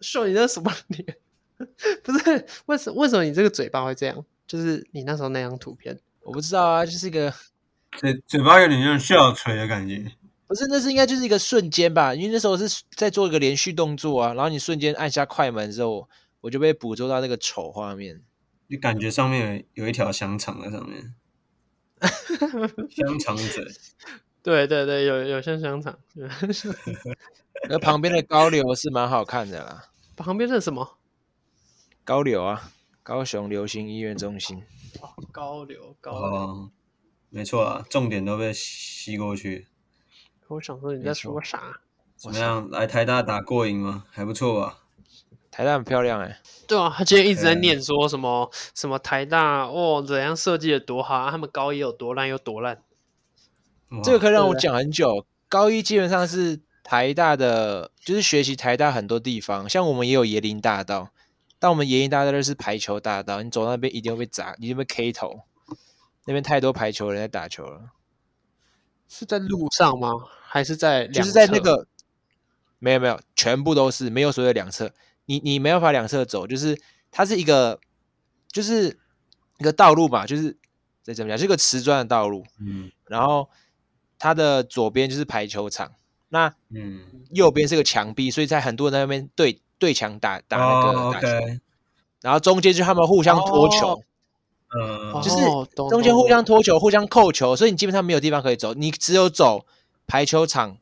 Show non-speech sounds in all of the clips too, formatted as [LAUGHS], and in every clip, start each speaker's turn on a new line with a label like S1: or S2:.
S1: 秀你那什么 [LAUGHS] 脸？不是，为什为什么你这个嘴巴会这样？就是你那时候那张图片，我不知道啊，就是一个
S2: 嘴嘴巴有点像下垂的感觉。
S3: 不是，那是应该就是一个瞬间吧，因为那时候是在做一个连续动作啊，然后你瞬间按下快门之后，我就被捕捉到那个丑画面。
S2: 你感觉上面有有一条香肠在
S3: [LAUGHS]
S2: 上面，香肠嘴，
S1: 对对对，有有像香肠， [LAUGHS] 有像香
S3: 那旁边的高流是蛮好看的啦，
S1: 旁边是什么？
S3: 高流啊，高雄流行医院中心。
S1: 哦，高流高流。
S2: 哦，没错啊，重点都被吸过去。
S1: 我想说你在说啥？
S2: 怎么样？来台大打过瘾吗？还不错吧？
S3: 台大很漂亮哎、
S1: 对啊，他今天一直在念说什么什么台大哦，怎样设计的多好啊，他们高一有多烂有多烂。
S2: 哇
S3: 这个可以让我
S1: 对
S3: 讲很久。高一基本上是台大的，就是学习台大很多地方，像我们也有椰林大道，但我们椰林大道是排球大道，你走到那边一定会被砸，一定会被 K 头。那边太多排球人在打球了，
S1: 是在路上吗？还是在两侧
S3: 就是在那个没有没有，全部都是没有所谓的两侧，你你没办法两侧走，就是它是一个就是一个道路嘛，就是这怎么讲，是一个瓷砖的道路，
S2: 嗯
S3: 然后它的左边就是排球场，那
S2: 嗯，
S3: 右边是个墙壁，所以才很多人在那边对对墙打打那个
S2: 哦
S3: 打球，
S2: ，OK，哦
S3: 然后中间就他们互相拖球，
S2: 嗯，
S3: 就是
S1: 哦懂
S3: 中间
S1: 懂
S3: 互相拖球、互相扣球，所以你基本上没有地方可以走，你只有走排球场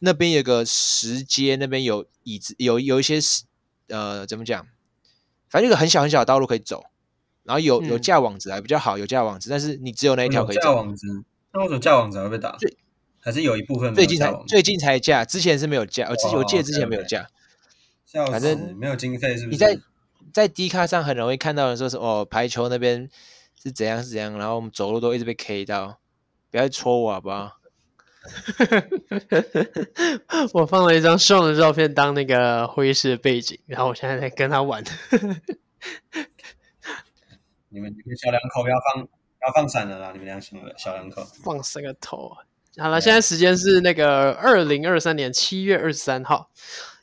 S3: 那边有个石阶，那边有椅子，有有一些石呃怎么讲，反正有个很小很小的道路可以走，然后有有
S1: 嗯
S3: 架网子还比较好，有架网子，但是你只有那一条可以
S2: 嗯架
S3: 走。
S2: 网子，那为什么架网子还会被打
S3: 最？
S2: 还是有一部分没
S3: 最
S2: 有
S3: 近
S2: 架
S3: 才
S2: 嗯网子，
S3: 最近才架，之前是没有架，我之前我记得
S2: 哦
S3: 之前没有
S2: ，OK，OK
S3: 架。
S2: 笑死
S3: 反正
S2: 没有经费是不是？
S3: 你在在 D 卡上很容易看到人说是哦排球那边是怎样是怎样，然后我们走路都一直被 K 到，不要再戳我好不好？
S1: [LAUGHS] 我放了一张 Sean 的照片当那个会议室的背景，然后我现在在跟他玩。
S2: 你们你们小两口不要放不要放闪了啦！你们两小小两口，
S1: 放三个头啊。好了，现在时间是那个二零二三年七月二十三号，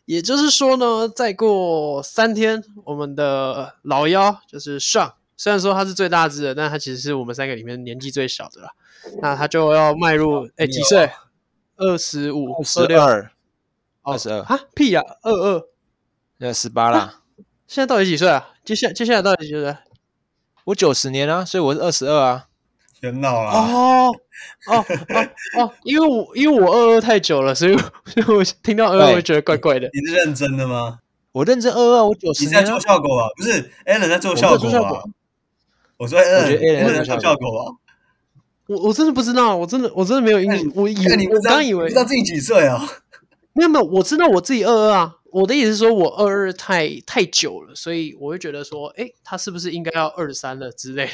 S1: 也就是说呢，再过三天，我们的老妖就是上，虽然说他是最大只的，但他其实是我们三个里面年纪最小的啦。那他就要迈入哎、几岁？二十五、二六、
S3: 二，
S1: 哦
S3: 二十二
S1: 啊？屁呀、二二！
S3: 那呃十八啦， [LAUGHS]
S1: 现在到底几岁啊？接下接下来到底几岁？啊
S3: 我九十年啊，所以我是二十二啊。
S2: 别闹啊啦！
S1: 哦哦哦哦，因为我因为我二二太久了，所以我 [LAUGHS] 所以我听到二二
S3: 对
S1: 会觉得怪怪的。
S2: 你是认真的吗？
S3: 我认真二二，我九
S2: 你
S3: 十
S2: 是在
S3: 年、
S2: 做
S3: 啊。
S2: 效果吧？不是 a l n 在做
S3: 我
S2: 效
S3: 没有做
S2: 果
S3: 效
S2: 吧
S3: 果？
S2: 我说 a l
S3: 我觉
S2: n
S3: 得 Alan 在做
S2: a 做
S3: 效
S2: 效果吧？
S1: 我我真的不知道，我真的我真的没有印
S2: 那你，
S1: 我以
S2: 看哎你不
S1: 我
S2: 知道
S1: 刚以
S2: 不
S1: 为
S2: 知道自己几岁啊？
S1: 没有没有，我知道我自己二二啊。我的意思是说，我二二太太久了，所以我会觉得说，哎，他是不是应该要二三了之类的？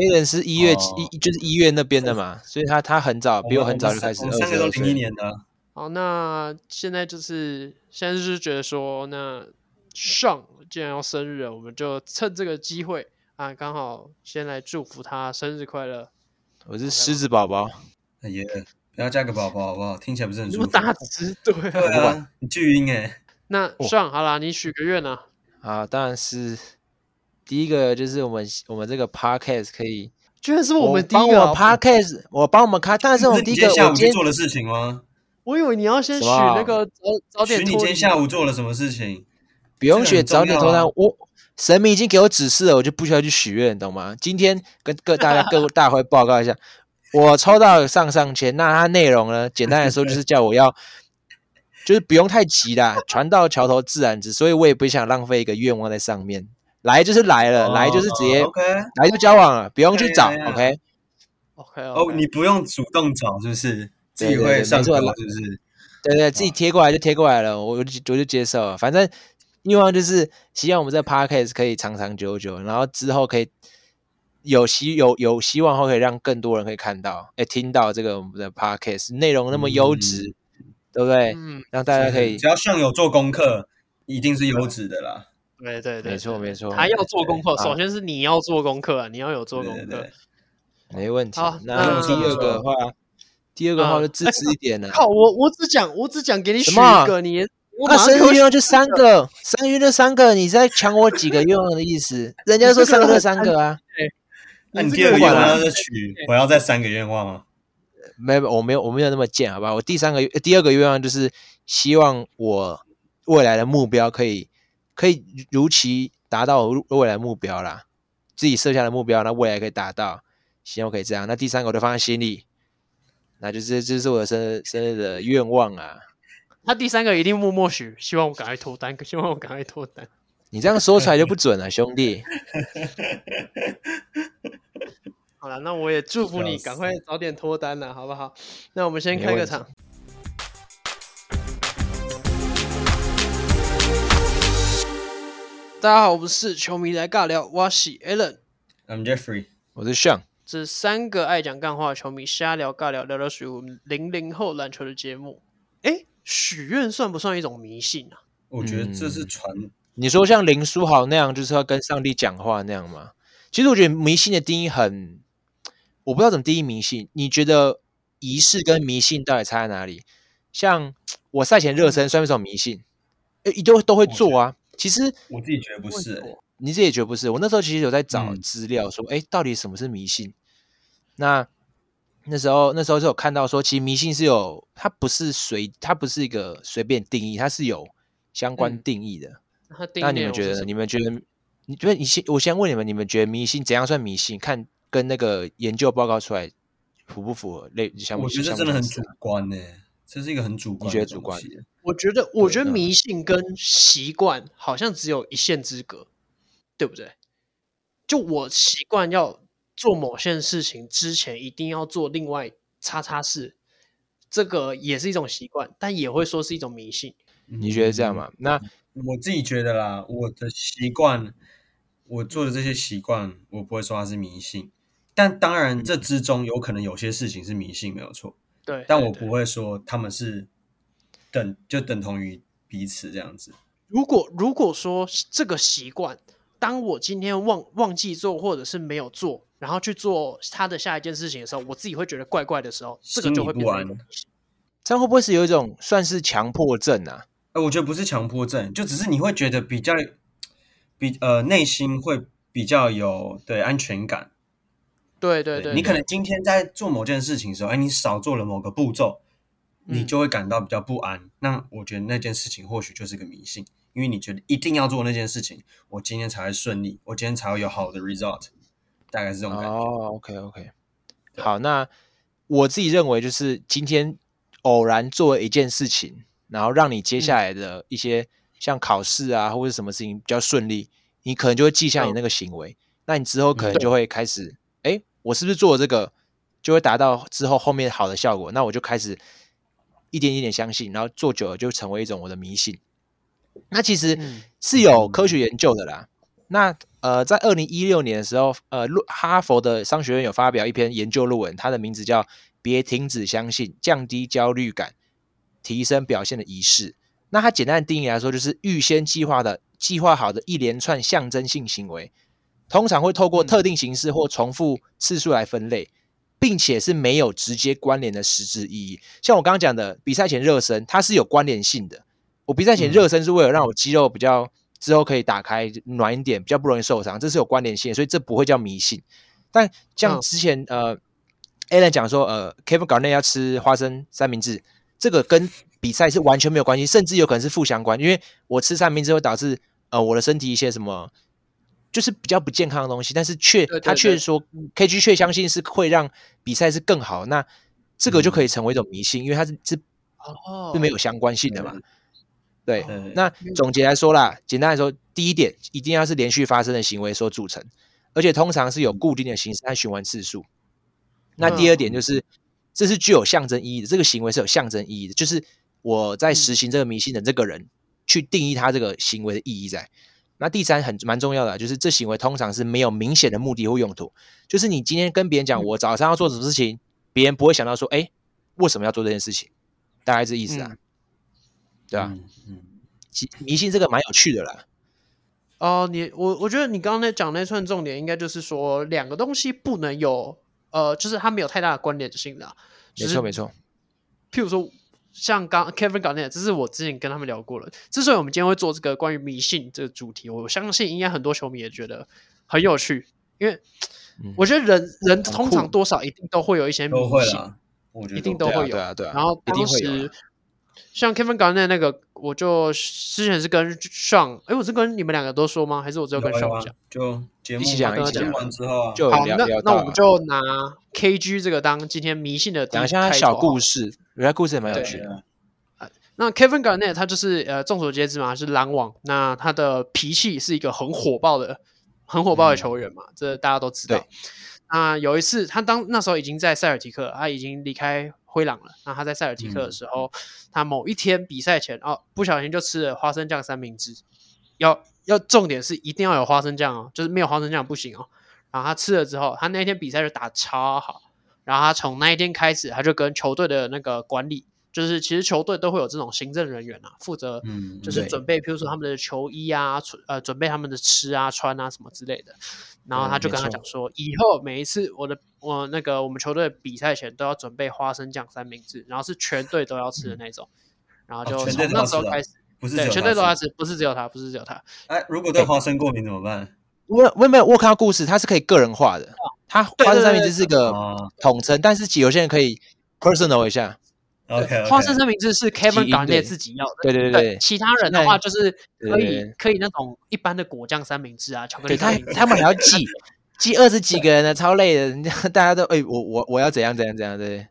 S3: A 人是一月
S2: 哦
S3: 一，就是一月那边的嘛，所以他他很早，比我很早就开始
S2: 我
S3: 二
S2: 们
S3: 十
S2: 哦三个都
S3: 二
S2: 零一
S3: 岁。
S2: 年的啊，
S1: 好，那现在就是现在就是觉得说，那上既然要生日了，我们就趁这个机会啊，刚好先来祝福他生日快乐。
S3: 我是狮子宝宝，
S2: 哎耶！不要加个宝宝好不好？听起来不是很
S1: 你
S2: 舒
S1: 不
S2: 服。
S1: 打直对啊、
S2: 对啊，你巨婴哎，
S1: 那
S3: 哦
S1: 上好啦，你许个愿啊。
S3: 啊，当然是第一个就是我们我们这个 podcast 可以
S1: 居然是我们第
S3: 帮
S1: 一个
S3: 我
S1: 啊
S3: podcast，我帮我们开，当然是我
S2: 不
S3: 们第
S2: 是你
S3: 一
S2: 今
S3: 个。
S2: 天下
S3: 我
S2: 午
S3: 今
S2: 去
S3: 天
S2: 做的事情吗？
S1: 我以为你要先许
S3: 什么啊
S1: 那个早早
S2: 许
S1: 点
S2: 你
S1: 脱
S2: 今
S1: 离
S2: 天下午做了什么事情？
S3: 不用
S2: 这个
S3: 学
S2: 很重
S3: 早点
S2: 要
S3: 脱单
S2: 啊，
S3: 我神明已经给我指示了，我就不需要去许愿，懂吗？今天跟各大家
S2: [LAUGHS]
S3: 各大会报告一下，我抽到上上签，那它内容呢，简单来说就是叫我要，就是不用太急啦，船到桥头自然直，所以我也不想浪费一个愿望在上面，来就是来了，呃来就是直接、
S2: 哦 OK。
S3: 来就交往了，不用去找
S2: 对啊
S3: ，OK？
S1: OK
S2: 哦，
S1: OK，
S2: 你不用主动找是不是？自
S3: 对
S2: 己
S3: 对对
S2: 会上
S3: 没错
S2: 钩是不是？
S3: 对对，自己贴过来就贴过来了，我就我就接受了。反正愿望就是希望我们这 podcast 可以长长久久，然后之后可以有希有有希望后可以让更多人可以看到，哎，听到这个我们的 podcast 内容那么优质，对不对？
S1: 嗯，
S3: 让大家可以
S2: 只要上有做功课，一定是优质的啦。
S1: 对对对，
S3: 没错没错
S1: 还要做功课，
S3: 对啊
S1: 首先是你要做功课啊，你要有做
S2: 对
S1: 功
S2: 对
S1: 课
S2: 对。，
S3: 没问题
S1: 好。
S3: 那
S1: 那嗯
S3: 第二个的话，第二个的话就支持一点呢。
S1: 靠，我我只讲我只讲给你许
S3: 什么
S1: 一个，你我马
S3: 啊，
S1: 上
S3: 生
S1: 给我
S3: 日愿望就
S1: 选
S3: 三个，生日愿望就三个，你在抢我几个愿望的意思？人家说三个就三个啊，
S2: 那你
S1: 这
S2: 第二
S1: 个啊不管
S2: 个愿望
S1: 了
S2: 要再取，我要再三个愿望吗？
S3: 没，我没有，我没有那么贱，好吧？我第三个、呃第二个愿望就是希望我未来的目标可以可以如期达到我未来的目标啦，自己设下的目标，那未来可以达到，希望可以这样。那第三个我就放在心里，那就是这是我的生日生日的愿望啊。
S1: 他第三个一定默默许，希望我赶快脱单， [LAUGHS] 希望我赶快脱单。
S3: 你这样说出来就不准了，兄弟。
S1: 好了，那我也祝福你
S2: 笑死
S1: 赶快早点脱单了，好不好？那我们先
S3: 没
S1: 开个
S3: 问题
S1: 场。大家好，我们是球迷来尬聊，我是 Allen，
S2: I'm Jeffrey，
S3: 我是 Sean，
S1: 这三个爱讲干话的球迷瞎聊尬聊，聊聊属于我们零零后篮球的节目。哎，许愿算不算一种迷信啊？
S2: 我觉得这是
S3: 嗯
S2: 传
S3: 你说像林书豪那样，就是要跟上帝讲话那样吗？其实我觉得迷信的定义很，我不知道怎么定义迷信。你觉得仪式跟迷信到底差在哪里？像我赛前热身算不算迷信？呃，你都都会做啊。其实
S2: 我自己觉得不是、欸，
S3: 你自己也觉得不是。我那时候其实有在找
S2: 嗯
S3: 资料说，哎、到底什么是迷信？那那时候那时候是有看到说，其实迷信是有它不是随它不是一个随便定义，它是有相关
S1: 嗯
S3: 定义的。
S1: 那它定义
S3: 那你
S1: 内容
S3: 们觉
S1: 是
S3: 得？
S1: 什么
S3: 你们觉得？你觉得你先，我先问你们，你们觉得迷信怎样算迷信？看跟那个研究报告出来符不符合类相不
S2: 我觉得
S3: 相
S2: 这
S3: 不
S2: 真
S3: 相
S2: 的很
S3: 似
S2: 主观呢、这是一个很主观的
S3: 觉得
S2: 东
S3: 主观
S2: 西嗯
S1: 我觉得，我
S2: 对
S1: 觉得
S3: 嗯
S2: 那
S1: 迷信跟习惯好像只有一线之隔，对不对？就我习惯要做某件事情之前，一定要做另外叉叉事，这个也是一种习惯，但也会说是一种迷信。
S3: 你觉得这样？嘛？
S2: 嗯
S3: 那
S2: 我自己觉得啦，我的习惯，我做的这些习惯，我不会说它是迷信，但当然这之中有可能有些事情是迷信，没有错，
S1: 对，
S2: 但
S1: 对
S2: 我
S1: 对
S2: 不会说他们是等就等同于彼此这样子。
S1: 如果如果说这个习惯，当我今天忘忘记做或者是没有做，然后去做他的下一件事情的时候，我自己会觉得怪怪的时候，这个
S2: 心
S1: 就
S2: 里
S1: 会
S2: 不
S1: 变成一种
S2: 安
S1: 迷信。
S3: 这样会不会是有一种算是强迫症啊？
S2: 哎，我觉得不是强迫症，就只是你会觉得比较比呃内心会比较有对安全感。
S1: 对对对，
S2: 你
S1: 对
S2: 可能今天在做某件事情的时候，哎，你少做了某个步骤，你
S1: 嗯
S2: 就会感到比较不安。那我觉得那件事情或许就是个迷信，因为你觉得一定要做那件事情，我今天才会顺利，我今天才会有好的 result，大概是这种感觉。
S3: 哦，OK OK，
S2: 对
S3: 好，那我自己认为就是今天偶然做了一件事情，然后让你
S2: 嗯
S3: 接下来的一些像考试啊或者什么事情比较顺利，你可能就会记下你
S1: 嗯
S3: 那个行为，那你之后可能
S1: 对
S3: 就会开始，哎，我是不是做了这个就会达到之后后面好的效果？那我就开始一点一点相信，然后做久了就成为一种我的迷信。那其实
S1: 嗯
S3: 是有科学研究的啦，那呃，在二零一六年的时候，呃，洛哈佛的商学院有发表一篇研究论文，它的名字叫《别停止相信：降低焦虑感，提升表现的仪式》。那它简单的定义来说，就是预先计划的、计划好的一连串象征性行为，通常会透过特定形式或重复次数来分类，并且是没有直接关联的实质意义。像我刚刚讲的，比赛前热身，它是有关联性的。我比赛前
S2: 嗯
S3: 热身是为了让我肌肉比较之后可以打开暖一点，比较不容易受伤，这是有关联性的，所以这不会叫迷信。但像
S1: 嗯
S3: 之前、呃 a l a n 讲说，呃，Kevin Garnett 要吃花生三明治，这个跟比赛是完全没有关系，甚至有可能是负相关，因为我吃三明治会导致呃我的身体一些什么。就是比较不健康的东西，但是却
S1: 对对
S3: 他却
S1: 对
S3: 说 KG 却相信是会让比赛是更好，那这个就
S1: 嗯
S3: 可以成为一种迷信，因为它是是
S1: 哦
S3: 是没有相关性的嘛。对
S2: 对，嗯
S3: 那总结来说啦，简单来说，第一点一定要是连续发生的行为所组成，而且通常是有固定的形式和循环次数。那第二点就是，这是具有象征意义的，这个行为是有象征意义的，就是我在实行这个迷信的这个人去定义他这个行为的意义在。那第三很蛮重要的啊，就是这行为通常是没有明显的目的或用途，就是你今天跟别人讲我早上要做什么事情，别人不会想到说，哎，为什么要做这件事情？大概这意思啊，
S1: 嗯
S3: 对啊
S1: 啊
S3: 吧、
S2: 嗯嗯，
S3: 其迷信这个蛮有趣的啦。
S1: 哦，你我我觉得你刚刚在讲那串重点，应该就是说两个东西不能有，呃，就是它没有太大的关联性的啊、
S3: 没
S1: 只是
S3: 错没错，
S1: 譬如说，像刚 Kevin Garnett，这是我之前跟他们聊过了。之所以我们今天会做这个关于迷信这个主题，我相信应该很多球迷也觉得很有趣，因为
S3: 嗯
S1: 我觉得人、人
S3: 酷
S1: 通常多少一定都会有一些迷
S2: 都会
S1: 信，
S2: 啦，我觉得
S1: 一定
S2: 都
S1: 都
S2: 会
S1: 会
S3: 对啊
S1: 有。
S3: 对啊对啊
S1: 然后
S3: 一定
S1: 当
S3: 会有
S1: 时
S3: 啊
S1: 像 Kevin Garnett 那个，我就之前是跟上，哎，我是跟你们两个都说吗？还是我只有跟
S2: 有啊
S1: 上
S2: 有啊
S1: 讲？
S2: 就节目
S3: 一起讲
S1: 一起讲
S2: 讲完之后啊，
S3: 就
S1: 好，
S3: 聊
S1: 那
S3: 聊
S1: 那
S3: 到
S1: 我
S3: 啊
S1: 们就拿 KG 这个当今天迷信的第
S3: 讲一
S1: 一
S3: 下他
S1: 开头
S3: 小
S1: 好啊了
S3: 故事，原来故事也蛮有
S2: 啊
S1: 对
S3: 趣的。
S1: 那 Kevin Garnett 他就是呃众所皆知嘛，是篮网。那他的脾气是一个很火爆的、很火爆的球员嘛，这大家都知道
S3: 对。
S1: 那有一次，他当那时候已经在塞尔提克，他已经离开灰狼了。那他在塞尔提克的时候，他某一天比赛前哦，不小心就吃了花生酱三明治。要要重点是一定要有花生酱哦，就是没有花生酱不行哦。然后他吃了之后，他那天比赛就打超好。然后他从那一天开始，他就跟球队的那个管理，就是其实球队都会有这种行政人员啊，负责
S2: 嗯，
S1: 就是
S3: 对
S1: 准备，譬如说他们的球衣啊，准呃准备他们的吃啊、穿啊什么之类的。然后
S2: 对
S1: 他就
S2: 没
S1: 跟他
S2: 错
S1: 讲说，以后每一次我的我那个我们球队比赛前都要准备花生酱三明治，然后是全队都要吃的那种。然后
S2: 哦
S1: 就
S2: 全
S1: 从
S2: 队都
S1: 那
S2: 要
S1: 时候
S2: 吃的
S1: 开始，
S2: 不是只
S1: 对，
S2: 有
S1: 全队都
S2: 他
S1: 要
S2: 吃
S1: 吃，不是只有他，不是只有他。
S2: 哎，如果对花生过敏怎么办？
S3: 我我有没有我有看到故事，它是可以个人化的，它
S1: 对
S3: 花生
S1: 对
S3: 三明
S1: 对
S3: 治是个
S2: 啊
S3: 统称，但是有些人可以 personal 一下。
S2: ，OK，
S1: 花生三明治是 Kevin
S3: 基因
S1: Garnett
S3: 对
S1: 自己要的，
S3: 对对对
S1: 对，
S3: 对
S1: 其他人的话就是可
S3: 对对
S1: 以
S3: 对
S1: 可以那种一般的果酱三明治啊，巧克力
S3: 对他
S1: 三明治，
S3: 他们还要记记二十几个人呢，超累的，人家大家都哎、我我我要怎样怎样怎样，对，
S1: 然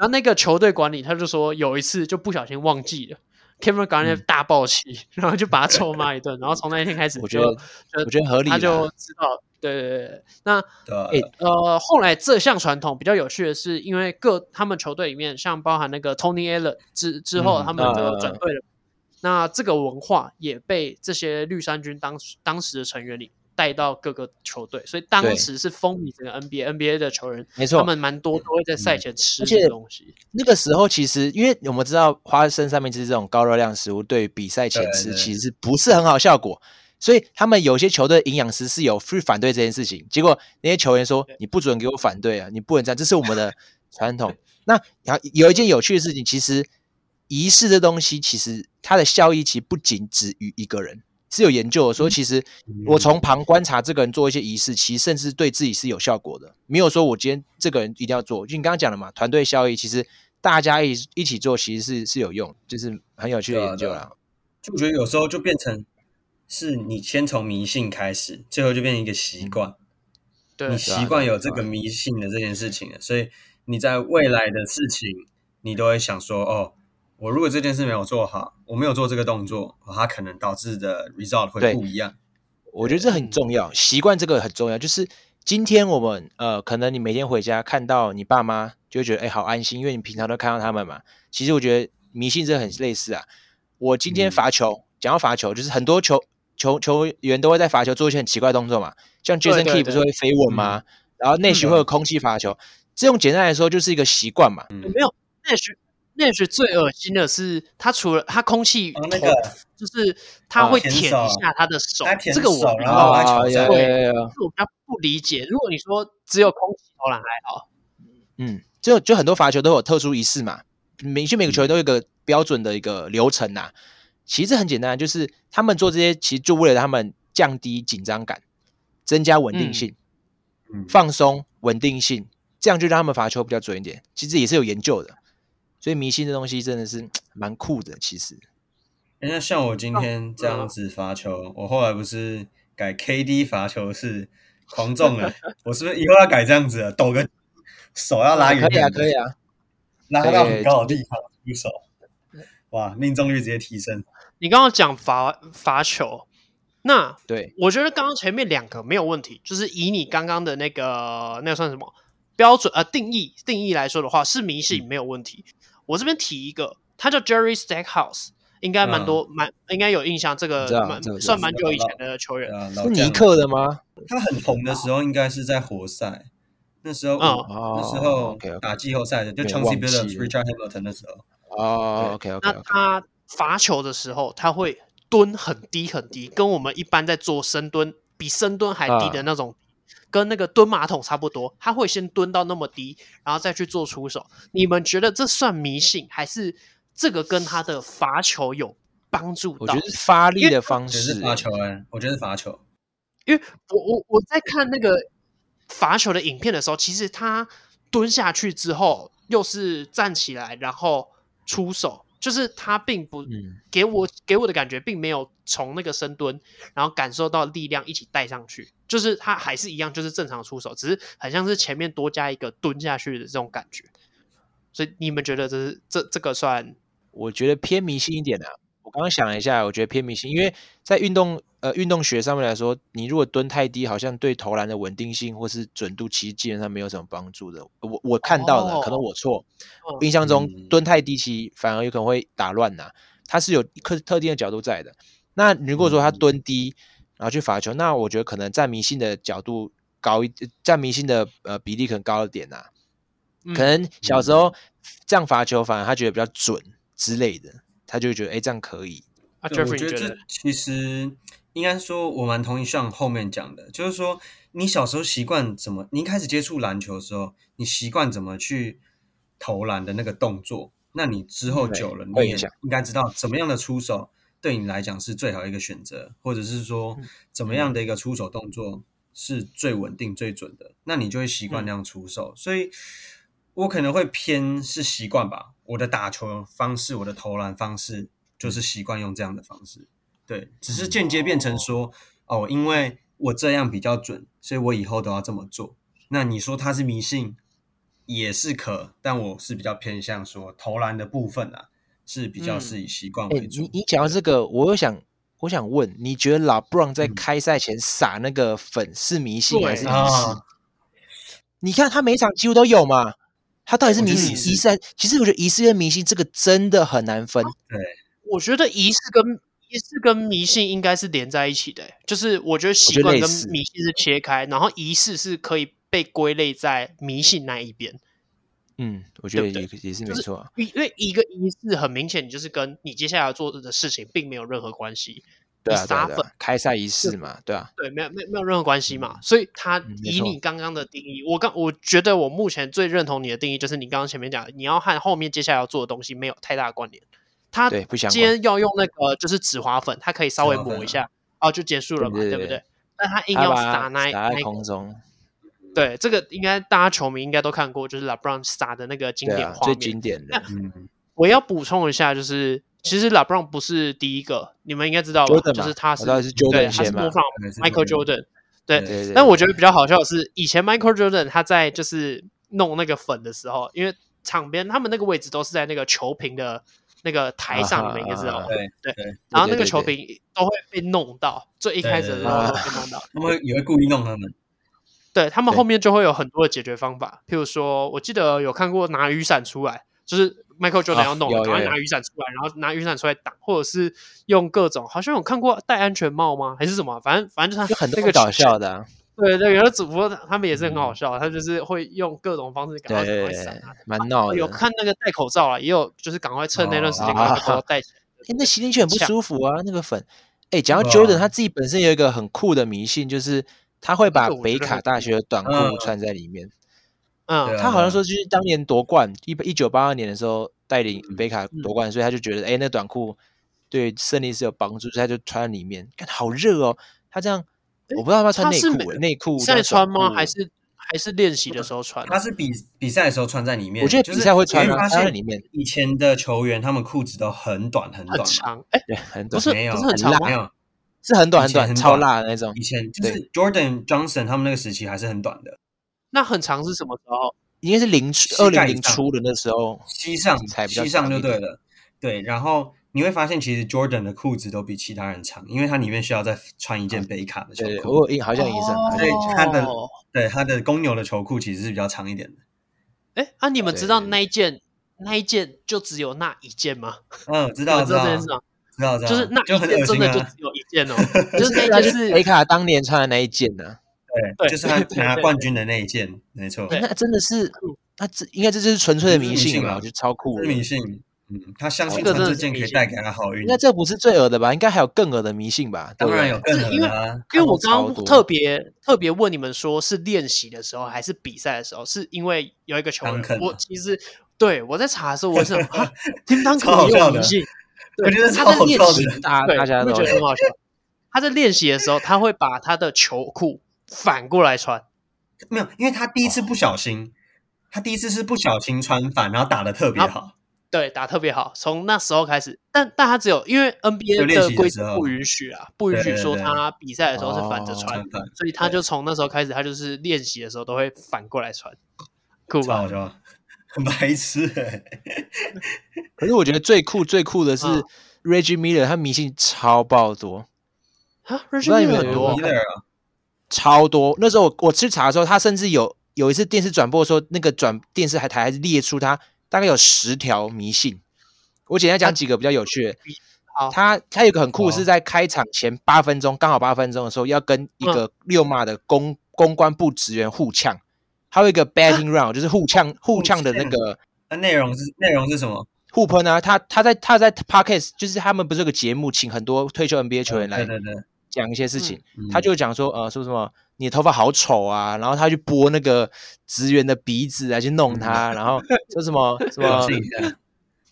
S1: 后那个球队管理他就说有一次就不小心忘记了，Kevin
S3: 嗯
S1: Garnett 大爆气，然后就把他臭骂一顿，然后从那一天开始
S3: 我觉
S1: 就
S3: 得
S1: 就
S3: 我觉得合理啦。
S1: 他就知道，对对对对。那
S2: 对啊，
S1: 呃，后来这项传统比较有趣的是，因为各他们球队里面，像包含那个 Tony Allen 之之后，
S2: 嗯
S1: 他们就
S3: 嗯
S1: 转队了。那这个文化也被这些绿衫军当时当时的成员里带到各个球队，所以当
S3: 对
S1: 时是风靡整个 NBA。NBA 的球员，
S3: 没错
S1: 他，们蛮
S2: 嗯
S1: 多都会在赛前吃
S3: 而且
S1: 这个东西。
S3: 那个时候其实，因为我们知道花生三明治这种高热量食物，对于比赛前
S2: 对
S3: 吃
S2: 对
S3: 其实不是很好效果，所以他们有些球队营养师是有去反对这件事情。结果那些球员说：“你不准给我反对啊，你不能这样，这是我们的传统。”那然后有一件有趣的事情，其实仪式这东西，其实它的效益其实不仅止于一个人，是有研究的
S2: 嗯
S3: 说，其实我从旁观察这个人做一些仪式，其实甚至对自己是有效果的。没有说我今天这个人一定要做，就你刚刚讲的嘛，团队效益其实大家一一起做，其实是是有用，就是很有趣的
S2: 对啊
S3: 研究
S2: 对啊
S3: 啦。
S2: 就我觉得有时候就变成是你先从迷信开始，最后就变成一个习惯。
S1: 嗯对
S2: 你
S3: 啊
S2: 习
S3: 对
S2: 惯
S3: 啊
S2: 有
S3: 对
S2: 这个
S3: 啊
S2: 迷信的这件事情了，所以你在未来的事情，你都会想说，哦，我如果这件事没有做好，我没有做这个动作，哦它可能导致的 result 会
S3: 对
S2: 不一样。
S3: 我觉得这
S1: 嗯
S3: 很重要，习惯这个很重要。就是今天我们呃，可能你每天回家看到你爸妈，就会觉得哎、好安心，因为你平常都看到他们嘛。其实我觉得迷信这很类似啊。我今天
S2: 嗯
S3: 罚球，讲到罚球，就是很多球球球员都会在罚球做一些很奇怪的动作嘛，像
S1: 对
S3: Jason
S1: 对对
S3: Key
S1: 嗯
S3: 不是会飞吻吗？然后内许会有空气罚球，这种简单来说就是一个习惯嘛。
S2: 嗯，
S1: 没有 Nash Nash 最恶心的是，他除了他空气
S2: 哦那
S1: 捅
S2: 个
S1: 就是他
S3: 啊
S1: 会
S2: 舔
S1: 舔
S2: 手
S1: 一下他的手
S2: 他，舔
S1: 这个我
S2: 手
S1: 比
S2: 然后
S1: 较
S2: 把球
S3: 啊
S2: 塞
S3: 有有有
S1: 这
S3: 有
S1: 个我比较不理解。如果你说只有空气投篮还好，
S3: 嗯，就就很多罚球都有特殊仪式嘛，每就每个球
S2: 嗯
S3: 员都有一个标准的一个流程呐、其实这很简单，就是他们做这些，其实就为了他们降低紧张感，增加稳定性，
S2: 嗯
S3: 放松稳定性，这样就让他们罚球比较准一点。其实也是有研究的，所以迷信这东西真的是蛮酷的。其实
S2: 诶那像我今
S3: 哦
S2: 天这
S3: 嗯
S2: 样子罚球，我后来不是改 KD 罚球是狂
S3: [LAUGHS]
S2: 中了，我是不是以后要改这样子了？抖个手要拉
S3: 啊
S2: 远
S3: 可以啊，
S2: 远的
S3: 可以啊，
S2: 拉到很高的地方出手，哇，命中率直接提升。
S1: 你刚刚讲罚罚球，那
S3: 对
S1: 我觉得刚刚前面两个没有问题，就是以你刚刚的那个那个算什么标准呃定义定义来说的话，是迷信没有问题。我这边提一个，他叫 Jerry Stackhouse，应该蛮多蛮、应该有印象，这个
S3: 知道
S1: 蛮
S3: 知道
S1: 算
S2: 知道
S1: 蛮久以前
S2: 知
S1: 的球员
S2: 对。啊，
S3: 是
S2: 老
S3: 尼
S2: 将
S3: 克的吗？
S2: 他很红的时候，应该是在活塞，那时候、
S1: 嗯
S3: 哦
S2: 那时候
S3: OK，OK
S2: 打季后赛的，就
S3: 对
S2: Chauncey
S3: 忘记
S2: Billups、
S3: 了
S2: Richard Hamilton 的时候，
S3: 哦，OK OK
S1: 那
S3: OK，
S1: 他罚球的时候，他会蹲很低很低，跟我们一般在做深蹲比深蹲还
S3: 啊
S1: 低的那种，跟那个蹲马桶差不多。他会先蹲到那么低，然后再去做出手。你们觉得这算迷信，还是这个跟他的罚球有帮助
S3: 我
S1: 到
S3: 觉。得是发力的方
S2: 我觉得是
S3: 式，欸
S2: 罚球哎、我觉得是罚球。
S1: 因为我我我在看那个罚球的影片的时候，其实他蹲下去之后又是站起来，然后出手，就是他并不
S3: 嗯，
S1: 给我给我的感觉，并没有从那个深蹲，然后感受到力量一起带上去，就是他还是一样，就是正常出手，只是很像是前面多加一个蹲下去的这种感觉。所以你们觉得这是这这个算
S3: 我觉得偏迷信一点的、我刚刚想了一下，我觉得偏迷信，因为在运动呃运动学上面来说，你如果蹲太低，好像对投篮的稳定性或是准度，其实基本上没有什么帮助的。我我看到的啊，可能
S1: 哦
S3: 我错，
S1: 嗯
S3: 我印象中
S2: 嗯
S3: 蹲太低，其实反而有可能会打乱呐、它是有特特定的角度在的。那如果说他
S2: 嗯
S3: 蹲低，然后去罚球，那我觉得可能占迷信的角度高一，占迷信的呃比例可能高一点呐、啊
S1: 嗯
S3: 可能小时候这样罚球，反而他觉得比较准之类的，他就会觉得哎、诶这样可以。
S1: 啊
S2: 对，我
S1: ？Jeffrey
S2: 觉
S1: 你
S2: 得
S1: 觉
S2: 这
S1: 得？
S2: 其实应该说，我蛮同意像后面讲的，就是说你小时候习惯怎么，你一开始接触篮球的时候，你习惯怎么去投篮的那个动作，那你之后
S3: 对
S2: 久了，你
S3: 会影
S2: 也
S3: 响
S2: 应该知道怎么样的出手对你来讲是最好一个选择，或者是说怎么样的一个出手动作是最稳定、最准的，那你就会习惯
S1: 嗯
S2: 那样出手。所以，我可能会偏是习惯吧，我的打球方式、我的投篮方式
S1: 嗯
S2: 就是习惯用这样的方式。对，只是间接变成说，哦，因为我这样比较准，所以我以后都要这么做。那你说它是迷信，也是可，但我是比较偏向说投篮的部分啊，是比较
S1: 嗯
S2: 是以习惯
S3: 哎、
S2: 为主。
S3: 你你讲到这个，我又想我想问，你觉得老布朗在
S2: 嗯
S3: 开赛前撒那个粉是迷信还
S1: 对
S3: 是迷失？
S2: 啊，
S3: 你看他每一场几乎都有嘛，他到底是
S2: 我觉
S3: 迷
S2: 得
S3: 信
S2: 也是
S3: 仪式还？其实我觉得仪式跟迷信这个真的很难
S1: 啊
S3: 分。
S1: 我觉得仪式跟仪式跟迷信应该是连在一起的、欸就是我觉得习
S3: 觉得
S1: 惯
S3: 类
S1: 跟
S3: 似
S1: 迷信是切开，然后仪式是可以被归类在迷信那一边。
S3: 嗯，我觉得
S1: 对不
S3: 也也是没
S1: 就是
S3: 错啊。
S1: 因因为一个仪式很明显，你就是跟你接下来要做的事情并没有任何关系，
S3: 对
S1: 你
S3: 啊，对啊，
S1: 撒
S3: 对
S1: 粉
S3: 啊开赛仪式嘛，对啊，
S1: 对，没有没有没有任何关系嘛。所以他
S3: 嗯没
S1: 以
S3: 错
S1: 你刚刚的定义，我刚我觉得我目前最认同你的定义就是你刚刚前面讲的，你要和后面接下来要做的东西没有太大的关联。他
S3: 对，不相
S1: 今
S3: 关。
S1: 天要用那个就是止滑粉，它可以稍微
S2: 止滑粉
S1: 抹一
S2: 啊
S1: 下，哦就结束了嘛，
S3: 对对
S1: 不
S3: 对
S1: 对？但他硬
S3: 他
S1: 要
S3: 把
S1: 撒
S3: 它
S1: 那一
S3: 撒
S1: 那
S3: 在
S1: 一
S3: 空中，
S1: 对这个应该大家球迷应该都看过，就是 LeBron 撒的那个经
S3: 对
S1: 典
S3: 啊，
S1: 画
S3: 最
S1: 面。
S3: 经典的
S1: 那
S2: 嗯，
S1: 我要补充一下，就是其实 LeBron 不是第一个，你们应该知道吧？
S3: Jordan
S1: 就
S3: 嘛
S1: 是他
S3: 我
S1: 是
S3: 知道是
S1: 对，
S3: Jordan
S1: 他是
S3: 先嘛
S1: 模，仿
S2: 可能是
S1: Michael
S2: 这个
S1: Jordan。对
S3: 对对。
S1: 但我
S3: 对
S1: 觉得比较好笑的是，以前 Michael Jordan 他在就是弄那个粉的时候，因为场边他们那个位置都是在那个球瓶的那个台上，
S3: 啊
S1: 你们应该知道
S3: 啊
S1: 吧？
S2: 啊对
S1: 对
S2: 对
S1: 然后那个
S3: 对对
S1: 球瓶都会被弄到，最一开始的时候都会被弄到。
S2: 他们会也会故意弄他们。
S1: 对他们
S3: 对
S1: 后面就会有很多的解决方法，譬如说，我记得有看过拿雨伞出来，就是 Michael Jordan
S3: 啊
S1: 要弄
S3: 有
S1: 了，赶快
S3: 有有
S1: 拿雨伞出来，然后拿雨伞出来挡，或者是用各种，好像有看过戴安全帽吗？还是什么？反正反正就是
S3: 有
S1: 他
S3: 很
S1: 那
S3: 多
S1: 个
S3: 搞笑的啊，
S1: 对对，有的主播他们也是很好笑，他就是会用各种方式赶快
S3: 对对
S1: 赶
S3: 对
S1: 快
S3: 对
S1: 闪
S3: 对
S1: 啊。，
S3: 蛮闹的。
S1: 有看那个戴口罩啊，也有就是赶快趁那段时间
S3: 哦
S1: 赶快把口罩戴起来。
S3: 欸那吸进去很不
S1: 像
S3: 舒服啊，那个粉。哎、讲到
S2: 对
S3: Jordan，
S2: 啊
S3: 他自己本身有一个很酷的迷信，就是他会把
S1: 这个我
S3: 北
S1: 觉得
S3: 卡
S1: 很
S3: 大学的短裤
S2: 嗯
S3: 穿在里面。
S1: 嗯
S2: 对，啊
S3: 他好像说，就是当年夺冠，一一九八二年的时候带领
S2: 嗯
S3: 北卡
S1: 嗯
S3: 夺冠，所以他就觉得，哎、那短裤对胜利是有帮助，所以他就穿在里面。看好热哦，他这样，我不知道要不要穿
S1: 他
S3: 内
S1: 是
S3: 裤、欸
S1: 每
S3: 内裤
S1: 比赛
S3: 加
S1: 穿
S3: 短
S1: 吗？
S3: 裤欸
S1: 还是还是练习的时候穿？
S2: 他是比比赛的时候穿在里面，
S3: 我觉得比赛会穿啊
S2: 就是你会发
S3: 穿在
S2: 现
S3: 里面
S2: 以前的球员他们裤子都很短很
S1: 很
S2: 短嘛，
S1: 长，哎，
S3: 对，很
S1: 不
S3: 短，
S1: 是
S2: 没有
S1: 不是很
S3: 很
S1: 长
S3: 辣
S1: 吗
S2: 没？有
S3: 是很短很
S2: 以前
S3: 短，
S2: 很
S3: 超
S2: 短
S3: 辣的那种
S2: 以。前就是 Jordan Johnson 他们那个时期还是很短的，
S1: 那很长是什么时候？
S3: 应该是零二
S2: 膝
S3: 零
S2: 盖以
S3: 零
S2: 上
S3: 出的那时候，
S2: 膝上
S3: 才比较
S2: 膝
S3: 长
S2: 上就
S3: 一
S2: 对
S3: 点
S2: 了，对，然后。你会发现，其实 Jordan 的裤子都比其他人长，因为它里面需要再穿一件北卡的球
S3: 啊对，
S2: 裤。
S3: 我有印好像有印象，好像有印象。
S2: 他的
S1: 哦
S2: 对，他的公牛的球裤其实是比较长一点的。
S1: 哎，啊，你们
S3: 对
S1: 知道
S3: 对对
S1: 那一件那一件就只有那一件吗？
S2: 嗯，知
S1: 你
S2: 道
S1: 们
S2: 知
S1: 知道
S2: 道
S1: 这件事吗？
S2: 知道知道，
S1: 就是那
S2: 就
S1: 一
S2: 很
S1: 件
S2: 恶
S1: 真
S2: 心
S1: 的就
S2: 啊
S1: 只。有一件哦，就是那
S3: 他
S1: 一
S3: 就
S1: 件
S3: 是
S1: 是
S3: 北卡当年穿的那一件呢、啊
S1: 对
S2: 对，就是他
S1: 对
S2: 拿
S1: 对
S2: 冠军的那一件，没错。
S1: 对
S3: 那真的是
S1: 酷，
S3: 那这应该这就是纯粹的
S2: 这是
S3: 迷
S2: 迷
S3: 信
S2: 信
S3: 了吧，
S2: 啊
S3: 我觉得超酷
S2: 这
S3: 的。
S2: 是迷信，嗯，他相信
S1: 哦这
S2: 穿
S1: 个真的
S2: 这
S1: 是
S2: 件
S1: 迷
S2: 可以
S1: 信
S2: 带给他好运
S3: 应。该这不是最恶的吧？应该还有更恶的迷信吧？对
S2: 当
S3: 不对
S2: 然有更狠的啊，
S1: 因为我
S3: 看过
S1: 刚
S3: 超多
S1: 刚特别特别问你们说是练习的时候还是比赛的时候，是因为有一个球员
S2: 当肯，啊
S1: 我其实对我在查的时候，我是想
S2: [LAUGHS]
S1: 啊，叮当可
S2: 超好
S1: 以
S2: 笑
S1: 用
S2: 的
S1: 女性，
S2: 我觉得
S1: 对，他
S2: 超
S1: 在
S2: 好
S1: 练
S2: 笑
S1: 习
S2: 的
S3: 大
S1: 对，
S3: 大家
S1: 你
S3: 都
S1: 不觉得很好笑。他在练习的时候，他会把他的球裤反过来穿，
S2: 没有，因为他第一次不小心，他第一次是不小心穿反，然后打的特
S1: 啊
S2: 别好。
S1: 对，打特别好。从那时候开始，但但他只有因为
S2: 就
S1: NBA
S2: 练习
S1: 的
S2: 的
S1: 规
S2: 时
S1: 定
S2: 候
S1: 不允许啊，不允
S2: 对
S1: 许
S2: 对
S1: 说
S2: 对
S1: 他比赛的时候是反着
S3: 哦
S1: 穿
S2: 穿，反
S1: 所以他
S2: 对
S1: 就从那时候开始，他就是练习的时候都会反过来穿，酷
S2: 超
S1: 吧
S2: 好？笑， [LAUGHS] 很白痴、欸。
S3: 可是我觉得最酷最酷的是
S1: 嗯
S3: Reggie Miller，他迷信超爆多，
S1: 啊
S3: 知道
S1: ，Reggie
S3: 你
S1: m
S3: 们
S1: 很
S3: 有
S1: 多
S2: 米勒啊，
S3: 超多。那时候我我去查的时候，他甚至有有一次电视转播的时候，那个转电视还台还列出他大概有十条迷信。我简单讲几个比较有趣的。
S1: 好
S3: 他他有一个很酷，
S2: 嗯好
S3: 是在开场前八分钟，刚好八分钟的时候，要跟一
S2: 嗯
S3: 个六马的公公关部职员互呛，还有一个 batting round，就是互呛互呛的那个
S2: 那内容是内容是什么？
S3: 互喷啊。他他在他在 podcast，就是他们不是有个节目，请很多退休 NBA 球员来
S2: 嗯对对对，
S3: 讲一些事情，
S2: 嗯
S3: 他就讲说呃说什么你的头发好丑啊，然后他去拨那个职员的鼻子啊来去弄他，然后说什么 [LAUGHS] 什
S2: 表
S1: 呃
S3: 么
S2: 现一下，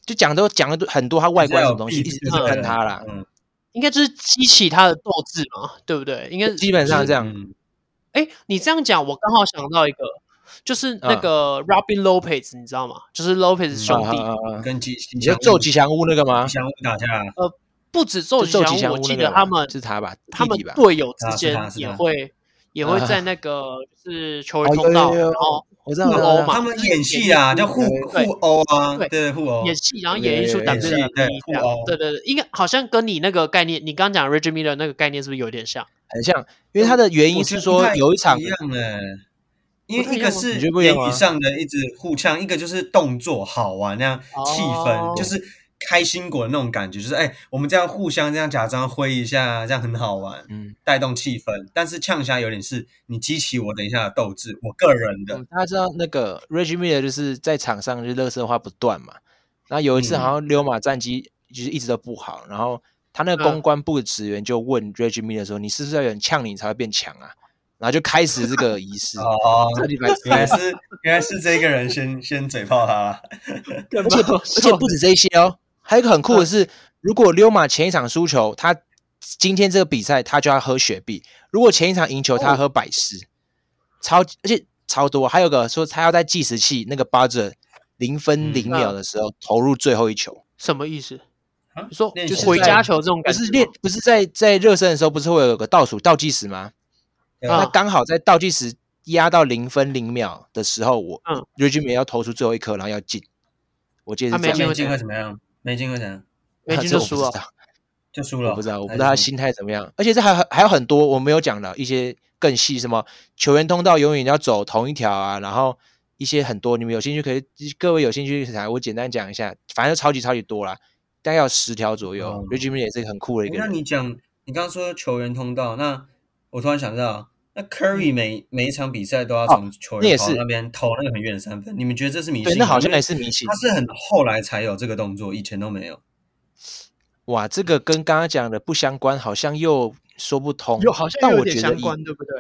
S3: 就讲都讲了很多他外观什么东西，
S2: 比
S3: 一
S2: 较有
S3: 直
S2: 比
S3: 在
S2: 对
S3: 喷他啦，
S2: 嗯，
S1: 应该就是激起他的斗志嘛，对不对？应该
S3: 基本上这样。啊
S2: 嗯
S1: 哎，你这样讲，我刚好想到一个，就是那
S3: 嗯
S1: 个 Robin Lopez，你知道吗？就是 Lopez
S2: 嗯
S1: 兄弟，
S3: 啊啊啊啊
S2: 跟吉吉
S3: 你就
S2: 祥
S3: 咒
S2: 物
S3: 吉祥物那个吗
S2: 吉？祥物打架，啊
S1: 不止咒
S3: 就咒
S1: 吉祥
S3: 吉祥
S1: 物，
S3: 物
S1: 我记
S3: 那
S1: 得
S3: 个
S1: 他
S3: 吧
S1: 们
S3: 是他吧？
S1: 他们
S3: 弟弟吧？啊
S1: 队友
S2: 啊
S1: 之
S2: 是他
S1: 间
S2: 是
S1: 也
S2: 他
S1: 会也会在那个就是球员
S3: 哦
S1: 通
S3: 有
S1: 道，
S3: 有有
S1: 然后
S3: 我知道，我知
S1: 互殴
S3: 道
S1: 哦嘛
S2: 他们演戏啊，叫互
S1: 对
S2: 互殴啊，
S1: 对
S2: 对对互殴
S1: 演，戏，然后
S3: 有有
S1: 演绎出
S3: 有
S1: WWE
S3: 演
S2: 戏
S1: 这
S2: 对互
S1: 样
S2: 殴。
S1: 对对对，应该好像跟你那个概念，你刚讲 Reggie Miller 那个概念是不是有点像？
S3: 很像，因为他的原因是
S2: 我
S3: 说
S2: 觉得不太
S3: 有一场
S2: 一样哎，因
S1: 不太
S2: 为一
S1: 一样
S2: 个
S1: 吗
S2: 是
S3: 你觉得不一
S2: 言
S3: 样吗
S2: 语上的一直互呛，一个就是动作好玩那样气
S1: 哦
S2: 氛，就是开心果的那种感觉，就是哎，我们这样互相这样假装挥一下，这样很好玩，
S3: 嗯，
S2: 带动气氛。但是呛虾有点是你激起我等一下的斗志，我个人的
S3: 嗯大家知道那个 Reggie Miller 就是在场上就是乐色话不断嘛，然后有一次
S2: 嗯
S3: 好像溜马战绩就是一直都不好，然后他那
S1: 嗯
S3: 个公关部的职员就问 Reggie Miller 说：“你是不是要有人呛你才会变强啊？”然后就开始这个仪式，
S2: [LAUGHS] 哦，
S3: 超级白痴
S2: 原来是原来是这个人先先嘴炮
S3: [LAUGHS]
S2: 他了，
S1: 而
S3: 而且而
S2: [LAUGHS]
S3: 且不止这一些哦，还有一个很酷
S1: 嗯
S3: 的是，如果溜马前一场输球，他今天这个比赛他就要喝雪碧；如果前一场赢球，
S1: 哦
S3: 他要喝百事，超级而且超多。还有个说他要在计时器那个八折零分
S1: 嗯
S3: 零秒的时候投入最后一球，
S1: 什么意思？
S2: 啊
S1: 你说
S2: 练
S1: 就
S2: 习
S1: 回
S3: 在
S1: 家球这种
S3: 不
S1: 感
S3: 是
S1: 觉
S3: 练
S1: 吗？
S3: 不是在在热身的时候不是会有个倒数倒计时吗？
S1: 啊
S3: 那刚好在倒计时压到零分零秒的时候，我
S1: 嗯
S3: Reggie Miller 要投出最后一颗，然后要进。我记得
S1: 他
S3: 是
S1: 没
S3: 这样，
S1: 进
S2: 没
S1: 会
S2: 进
S1: 怎
S2: 会怎么样？没进会怎样？
S1: 没
S3: [LAUGHS] 啊
S1: 进
S3: 这
S1: 就
S3: 我
S1: 输
S3: 不
S1: 哦
S3: 知
S1: 了
S3: 道。
S2: 就输了哦，
S3: 我不知道，我不
S2: 还
S3: 知道他
S2: 是什么
S3: 心态怎么样。而且这还还有很多我没有讲的一些更细，什么球员通道永远要走同一条啊，然后一些很多，你们有兴趣可以，各位有兴趣来，我简单讲一下，反正超级超级多啦，大概有十条左右。
S2: 哦
S3: Reggie Miller 也是一个很酷的一
S2: 诶
S3: 个
S2: 那
S3: 人，
S2: 你讲，你刚刚说球员通道，那我突然想到，那 Curry
S1: 嗯
S2: 每、每一场比赛都要
S1: 哦
S2: 从球
S3: 那也
S2: 员跑到
S3: 是
S2: 那边投那个很远的三分，你们觉得这是迷
S3: 对，
S2: 信
S3: 那
S2: 吗？
S3: 好像
S2: 因为
S3: 也是明星
S2: 他。是很后来才有这个动作，以前都没有。
S3: 哇，这个跟刚刚讲的不相关，好像又说不通。
S1: 有好像
S3: 但
S1: 有
S3: 我
S1: 点
S3: 觉
S1: 相
S3: 得以
S1: 关，对不对？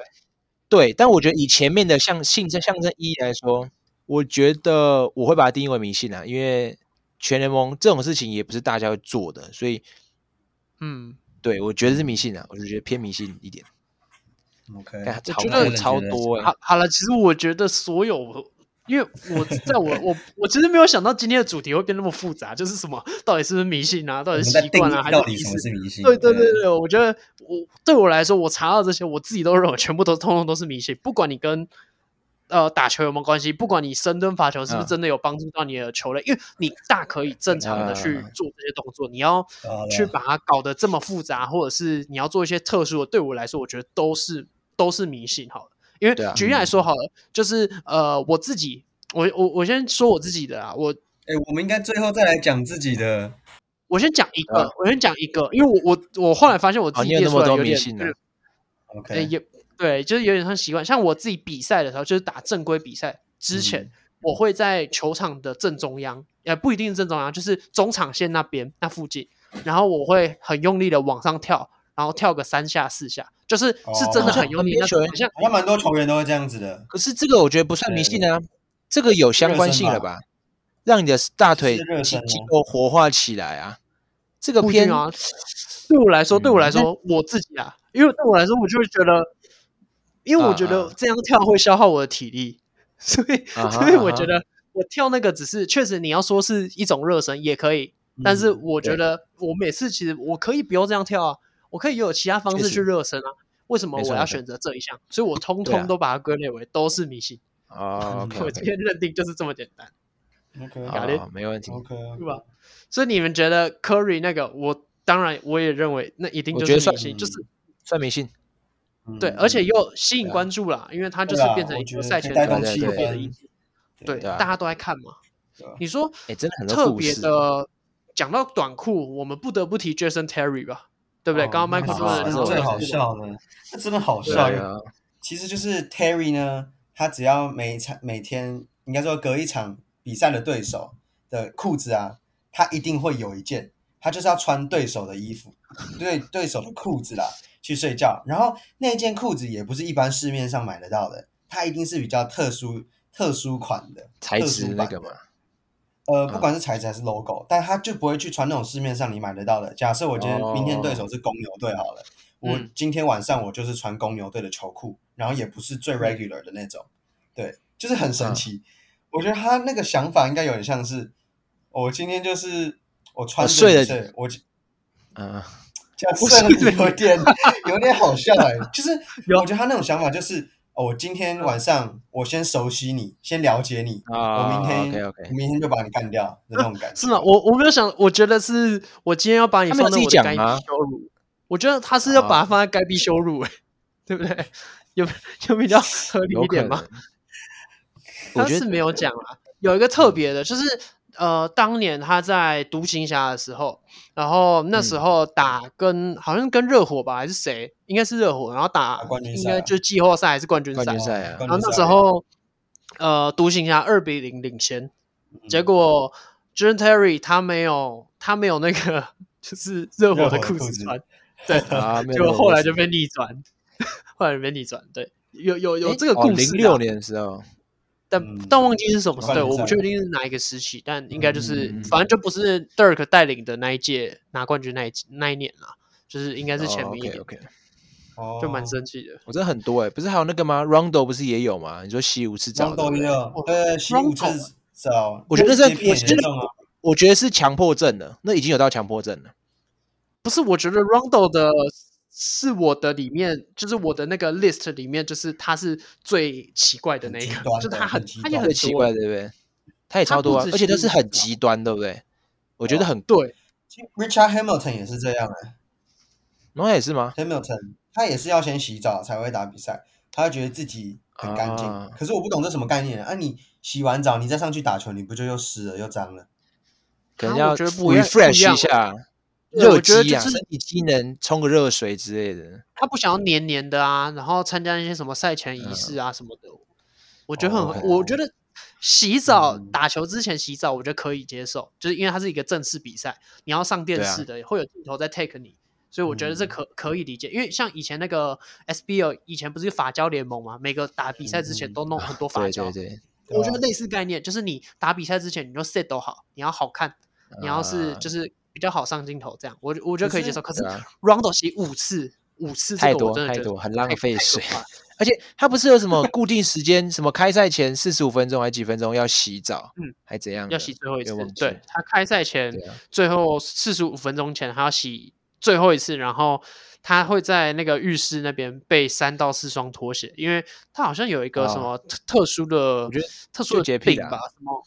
S3: 对，但我觉得以前面的象性征象征意义来说，我觉得我会把它定义为迷信啊，因为全联盟这种事情也不是大家会做的，所以
S1: 嗯，
S3: 对我觉得是迷信啊，我就觉得偏迷信一点。
S2: OK，
S3: 但
S1: 我
S3: 超
S1: 觉
S3: 多
S1: 得啊
S3: 超多哎、
S1: 好好了，其实我觉得所有，因为我在我我我其实没有想到今天的主题会变那么复杂，就是什么到底是不是迷信啊，到
S2: 我
S1: 底
S2: 们
S1: 是
S2: 在
S1: 习
S2: 定
S1: 惯啊，
S2: 义
S1: 还
S2: 到底
S1: 是
S2: 什么是迷信？
S1: 对对对对，我觉得我对我来说，我查到这些，我自己都认为全部都通通都是迷信。不管你跟呃打球有没有关系，不管你深蹲、罚球是不是
S3: 嗯
S1: 真的有帮助到你的球类，因为你大可以正常
S2: 啊
S1: 的去
S3: 嗯
S1: 做这些动作，你要
S2: 好
S1: 去
S3: 哦
S2: 了
S1: 把它搞得这么复杂，或者是你要做一些特殊的，对我来说，我觉得都是都是迷信好了。因为
S3: 对啊
S1: 举例来说好了，就是呃我自己，我我我先说我自己的啊，我
S2: 哎、我们应该最后再来讲自己的。
S1: 我先讲一个，
S3: 对啊
S1: 我先讲一个，因为我我我后来发现我自
S3: 哦
S1: 己
S3: 你有
S1: 列
S3: 那
S1: 出
S3: 么
S1: 来
S3: 多
S1: 有
S3: 迷
S1: 点
S3: 信
S1: 就是
S3: 啊
S1: 呃
S2: OK，
S1: 也对，就是有点像习惯。像我自己比赛的时候，就是打正规比赛之前，
S2: 嗯
S1: 我会在球场的正中央，也不一定是正中央，就是中场线那边那附近，然后我会很用力的往上跳，然后跳个三下四下，就是是真的很用力，
S3: 哦
S1: 那种
S3: 好像 NBA 球员
S1: 很像
S2: 好像蛮多球员都会这样子的。
S3: 可是这个我觉得不算迷信啊，这个有相关性了吧？让你的大腿
S2: 就是热
S3: 肌
S2: 身
S3: 肌
S2: 吗
S3: 肉活化起来啊。这个
S1: 不一定
S3: 偏
S1: 啊。 [LAUGHS] 对我来说，对我来
S3: 嗯那
S1: 说，我自己啊，因为对我来说，我就会觉得，因为我觉
S3: 啊
S1: 得
S3: 啊
S1: 这样跳会消耗我的体力，所以
S3: 啊哈
S1: 所以我
S3: 啊哈
S1: 觉得我跳那个只是确实你要说是一种热身也可以，但
S2: 嗯
S1: 是我觉
S3: 嗯对
S1: 得我每次其实我可以不用这样跳啊，我可以有其他方
S3: 确
S1: 式
S3: 实
S1: 去热身啊。为什么
S3: 没错
S1: 我
S3: 没
S1: 要
S3: 错
S1: 选择这一项？所以我通
S3: 对啊
S1: 通都把它归类为都是迷信。
S3: 哦
S1: 我
S3: ，OK，
S1: 今天认定就是这么简单，
S2: OK
S1: 搞定
S3: 好，没问题。
S2: OK
S1: 对吧？所以你们觉得 Curry 那个，我当然我也认为那一定
S3: 我
S1: 就
S3: 觉得
S1: 是
S3: 算嗯
S1: 迷信，就是
S3: 算迷信，
S2: 嗯
S1: 对，而且又吸
S3: 啊
S1: 引关注啦，因为它就是
S2: 对啊
S1: 变成一
S2: 我觉
S1: 个
S2: 得
S1: 赛
S2: 可
S1: 前
S2: 以带
S1: 讨
S3: 动
S1: 论
S3: 气啊
S1: 特别的
S2: 氛
S1: 议题，对，
S3: 对啊
S1: 大家都在看嘛
S2: 对啊。
S1: 你说
S3: 哎，真的很多
S1: 特
S3: 故
S1: 别
S3: 事。
S1: 的，讲到短裤，我们不得不提 Jason Terry 吧，对不对？
S2: 哦
S1: 刚刚
S2: 那
S1: Michael 说的
S3: 是真
S2: 是
S3: 的
S2: 最
S3: 我
S2: 好
S3: 也是
S2: 笑的，那真的好
S3: 对
S2: 笑。
S3: 啊，
S2: 其实就是 Terry 呢，他只要每一场每天应该说隔一场比赛的对手的裤子啊，他一定会有一件，他就是要穿对手的衣服，对对手的裤子啦去睡觉。然后那件裤子也不是一般市面上买得到的，它一定是比较特殊特殊款的
S3: 材
S2: 特
S3: 质
S2: 殊
S3: 那
S2: 版
S3: 个嘛
S2: 的。
S3: 嗯
S2: 呃，不管是材质还是 logo，、但他就不会去穿那种市面上你买得到的。假设我今天、
S3: 哦
S2: 明天对手是公牛队好了，我
S1: 嗯
S2: 今天晚上我就是穿公牛队的球裤，然后也不是最 regular 的那种，对，就是很神奇。我觉得他那个想法应该有点像是，我今天就是我穿
S3: 我
S2: 着
S3: 睡
S2: 你
S3: 了
S2: 睡，我这
S3: 嗯，
S1: 啊我睡了
S2: 样睡了你有点有点好笑哎、就是
S1: 有
S2: 我觉得他那种想法就是，哦，我今天晚上我先熟悉你，先了解你，我
S3: 啊
S2: 明天
S3: OK，OK
S2: 我明天就把你干掉的那种感觉。
S1: [LAUGHS] 是吗？我我没有想，我觉得是我今天要把你
S3: 他没有
S1: 放在
S3: 自己
S1: 我的该
S3: 讲啊
S1: 逼
S3: 吗
S1: 羞辱，我觉得他是要把它放在该逼羞辱，哎，对不对？有有比较合理
S3: 有
S1: 一
S3: 可
S1: 点吗
S3: 能？。我
S1: 他
S3: 觉
S1: 是
S3: 得嗯
S1: 没有讲啊，有一个特别的，就是呃，当年他在独行侠的时候，然后那时
S3: 嗯
S1: 候打跟、好像跟热火吧，还是谁，应该是热火，然后打
S2: 打冠军
S1: 应
S2: 赛
S1: 该
S2: 啊
S1: 就是季后赛还是 [LAUGHS] 冠军
S3: 冠
S1: 赛
S3: 军，赛
S2: 哦
S3: 啊，
S1: 然后那时候呃，独行侠二比零领先，结
S2: 嗯
S1: 果 j o h n Terry 他没有他没有那个 [LAUGHS] 就是热火
S2: 热
S1: 的
S2: 火的
S1: 裤
S2: 裤
S1: 子
S2: 子
S1: 穿，对，
S3: [LAUGHS] 啊， [LAUGHS] 没有
S1: 就
S3: 那么
S1: 后来
S3: 多
S1: 就被逆转， [LAUGHS] 后来被逆转，对，有有有
S3: 诶
S1: 这个啊
S3: 哦
S1: 故事、
S3: 零六年的时候，
S1: 但
S2: 嗯
S1: 但忘记是什么时
S2: 冠
S1: 代，
S2: 军
S1: 我不
S2: 赛
S1: 确定是哪一个时期，但应该就是
S3: 嗯嗯嗯
S1: 反正就不是 Dirk 带领的那一届拿冠军那一那一年啦，就是应该是前面一
S3: OK
S1: 年，
S3: OK，
S2: 哦
S1: 就蛮生气的。
S3: 我真的很多哎、不是还有那个吗？Rondo 不是也有吗？你说西武是找的
S2: 张斗，也有，对，西武这找，
S3: 我觉得这
S2: 这片
S3: 我觉
S2: 严
S3: 得
S2: 重啊，
S3: 我觉得是强迫症了，那已经有到强迫症了。
S1: 不是，我觉得 Rondo 的是我的里面，就是我的那个 list 里面，就是他是最奇怪的那一个
S2: 很极，端
S1: 就
S2: 的
S1: 他很
S2: 很极
S1: 他也很
S2: 端
S3: 很
S2: 的
S3: 奇
S1: 多
S3: 怪，对不对？他也超多啊
S1: 他，不只
S3: 而且都是
S1: 是哦
S3: 很极端，对不对？我觉得很，
S1: 对，
S2: Richard Hamilton 也是这样的、
S3: 然后也是吗？
S2: Hamilton 他也是要先洗澡才会打比赛，他会觉得自己很干净。
S3: 啊
S2: 可是我不懂这什么概念啊！你洗完澡你再上去打球，你不就又湿了又脏了？
S3: 可能
S1: 他我
S3: 要
S1: 觉得不一样不一
S3: refresh
S1: 样
S3: 一下
S1: 对
S3: 热
S1: 我觉得
S3: 机啊，
S1: 就是
S3: 身体机能冲个热水之类的。
S1: 他不想要黏黏的啊，然后参加一些什么赛前仪式啊什么的，我觉得很，
S2: 嗯哦
S1: 我觉得洗澡、
S2: 嗯
S1: 打球之前洗澡，我觉得可以接受，就是因为它是一个正式比赛，你要上电
S2: 啊
S1: 视的，会有镜头在 take 你，所以我觉
S2: 嗯
S1: 得这可、可以理解。因为像以前那个 SBL 以前不是法交联盟嘛，每个打比赛之前
S2: 嗯
S1: 都弄很多法
S3: 对
S1: 交，
S3: 对对，
S2: 对
S1: 我觉
S2: 吧
S3: 哦
S1: 得类似概念，就是你打比赛之前你就 set 都好，你要好看，你要是
S3: 啊
S1: 就是比较好上镜头这样，我我觉得可以接受。可是
S3: 对啊
S1: Rondo 洗五次，五次这
S3: 太
S1: 个我
S3: 多
S1: 真的
S3: 太
S1: 觉得
S3: 多，很浪
S1: 太
S3: 费
S1: 太可
S3: 水。
S1: 怕了
S3: 而且他不是有什么固定时间，什么开赛前四十五分钟还几分钟要洗澡，
S1: 嗯，
S3: 还怎样的？
S1: 要洗最后一
S3: 有
S1: 次
S3: 忘。记
S1: 对他开赛前
S3: 对啊，
S1: 最后四十五分钟前，他要洗最后一次，然后他会在那个浴室那边备三到四双拖鞋，因为他好像有一个什
S3: 啊
S1: 么特特殊的
S3: 我觉得
S1: 特
S3: 就
S1: 殊
S3: 洁
S1: 的
S3: 癖
S1: 病
S3: 啦
S1: 吧？什么？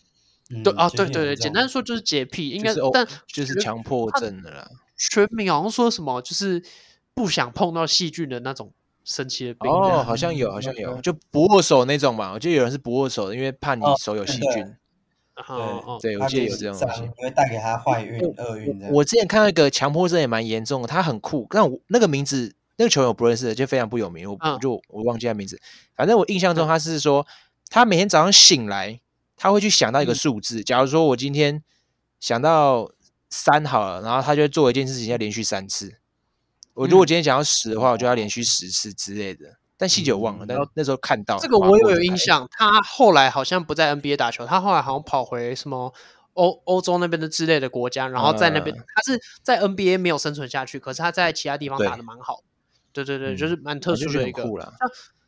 S2: 嗯
S1: 对啊，
S2: 洁癖
S1: 对对
S2: 很
S1: 对，
S2: 重
S1: 简单说就是洁癖，应
S3: 就
S1: 该
S3: 是哦
S1: 但
S3: 就是
S1: 觉得
S3: 强迫
S1: 他
S3: 症的啦。
S1: 全名好像说什么，就是不想碰到细菌的那种神奇的病。这
S3: 哦，
S1: 样
S3: 好像有，好像
S2: 那
S3: 有，
S2: 个
S3: 就不握手那种嘛。我记得有人是不握手的，因为怕你
S2: 哦
S3: 手有细
S2: 对
S3: 菌。
S1: 哦哦，
S3: 对，我
S2: 他
S3: 记得
S2: 肚
S3: 有
S2: 子
S3: 这种
S2: 脏
S3: 东西。
S2: 你会带给他坏运、厄运的。
S3: 我之前看到一个强迫症也蛮严重的，他很酷，但我那个名字那个球员我不认识的，就非常不有名，我
S1: 嗯
S3: 我就我忘记他名字。反正我印象中他是说，他每天早上醒来，他会去想到一个数字。假如说我今天想到三好了，然后他就会做一件事情要连续三次。我如果
S1: 嗯
S3: 今天想要十的话，我就要连续十次之类的。但细节我忘了，
S2: 嗯
S3: 但
S1: 然后
S3: 那时候看到
S1: 这个我
S3: 划过
S1: 有
S3: 的
S1: 有印
S3: 牌
S1: 象，他后来好像不在 NBA 打球，他后来好像跑回什么欧欧洲那边的之类的国家，然后在那
S3: 嗯
S1: 边、他是在 NBA 没有生存下去，可是他在其他地方
S3: 对
S1: 打的蛮好的。对对对，
S2: 嗯
S1: 就是蛮
S3: 我
S1: 特
S3: 就
S1: 殊
S3: 觉得
S1: 的
S3: 很
S1: 一个。
S3: 酷啦。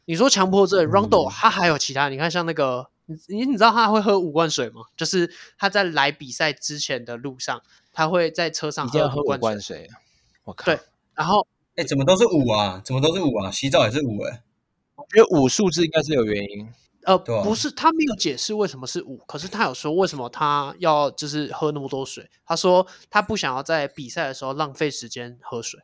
S1: 你说强迫症
S2: 嗯
S1: ，Rondo 他还有其他，你看像那个，你你你知道他会喝五罐水吗？就是他在来比赛之前的路上，他会在车上
S3: 一定要喝
S1: 五
S3: 五
S1: 罐
S3: 罐
S1: 水，
S3: 水，啊我靠！
S1: 对然后
S2: 哎，怎么都是五啊？怎么都是五啊？洗澡也是五哎。
S3: 我觉得五数字应该是有原因，
S1: 呃，
S2: 对啊
S1: 不是，他没有解释为什么是五，可是他有说为什么他要就是喝那么多水。他说他不想要在比赛的时候浪费时间喝水。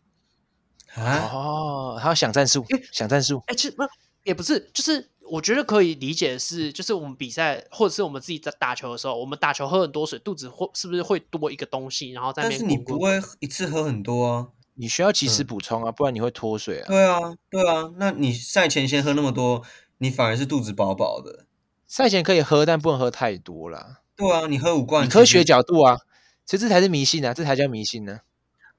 S2: 啊，
S3: 哦，还有想战术，想战术，
S1: 哎，其实不也不是，就是我觉得可以理解的是，就是我们比赛或者是我们自己在打球的时候，我们打球喝很多水，肚子会是不是会多一个东西，然后在那
S2: 但
S1: 边
S2: 是你
S1: 滚滚
S2: 不会一次喝很多啊。
S3: 你需要及时
S2: 嗯
S3: 补充啊，不然你会脱水啊。
S2: 对啊，对啊，那你赛前先喝那么多，你反而是肚子饱饱的。
S3: 赛前可以喝，但不能喝太多啦。
S2: 对啊，你喝五罐
S3: 以，科
S2: 其实
S3: 学角度啊，其实这才是迷信啊，这才叫迷信呢、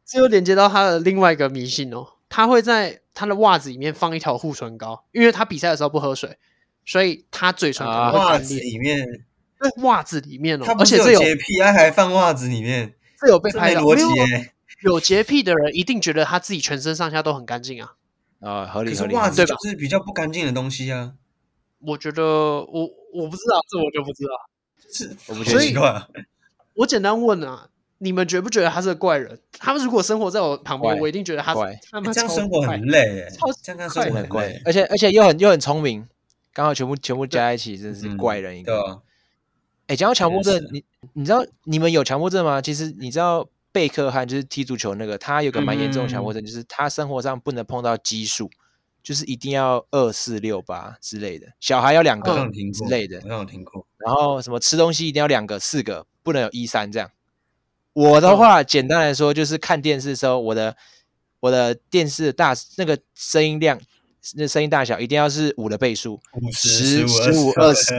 S1: 这又连接到他的另外一个迷信哦，他会在他的袜子里面放一条护唇膏，因为他比赛的时候不喝水，所以他嘴唇可能
S3: 啊
S1: 会
S2: 袜
S1: 干
S2: 子
S1: 裂。
S2: 里面，
S1: 在袜子里面哦
S2: 他，不
S1: 而
S2: 是
S1: 且这有
S2: 洁癖，他还放袜子里面，
S1: 这有被
S2: 这
S1: 拍
S2: 没
S1: 到。
S2: 逻
S1: 没有
S2: 辑
S1: 啊
S2: 耶。
S1: 有洁癖的人一定觉得他自己全身上下都很干净啊。
S3: 啊、合
S2: 可
S3: 理
S2: 是
S3: 合理。
S2: 袜
S3: 合理
S2: 子
S1: 对吧
S2: 就是比较不干净的东西啊，
S1: 我觉得我我不知道，这我就不知道。
S2: 是
S3: 我
S1: [LAUGHS]
S3: 不
S1: 所
S2: 好
S1: 以
S2: 奇怪啊。
S1: 我简单问啊，你们觉不觉得他是个怪人？他们如果生活在我旁边，
S3: 怪
S1: 我一定觉得他是
S3: 怪
S1: 他
S2: 欸
S1: 妈
S2: 这样
S1: 超
S2: 生活
S1: 怪
S2: 很累哎
S1: 超，
S2: 这样看生
S1: 怪
S2: 活
S3: 真的
S2: 很
S3: 很怪
S2: 累，，
S3: 而且而且又很又很聪明，刚好全部全部加在一起，真是
S2: 嗯
S3: 怪人一
S2: 对
S3: 个。
S2: 啊，
S3: 哎、讲到强迫
S2: 确
S3: 症
S2: 实，
S3: 你你知道你们有强迫症吗？其实你知道贝克汉就是踢足球那个，他有个蛮严重的强迫症，就是他生活上不能碰到奇数，就是一定要二四六八之类的，小孩要两
S2: 好像
S3: 个
S2: 有听
S3: 之
S2: 过
S3: 类的
S2: 好，像有听过。
S3: 然后什么吃东西一定要两个四个，不能有一三这样。我的话，简单来说就是看电视的时候，我的我的电视的大那个声音量，那声音大小一定要是五的倍数，
S2: 五
S3: 十、十
S2: 十
S3: 五、二十。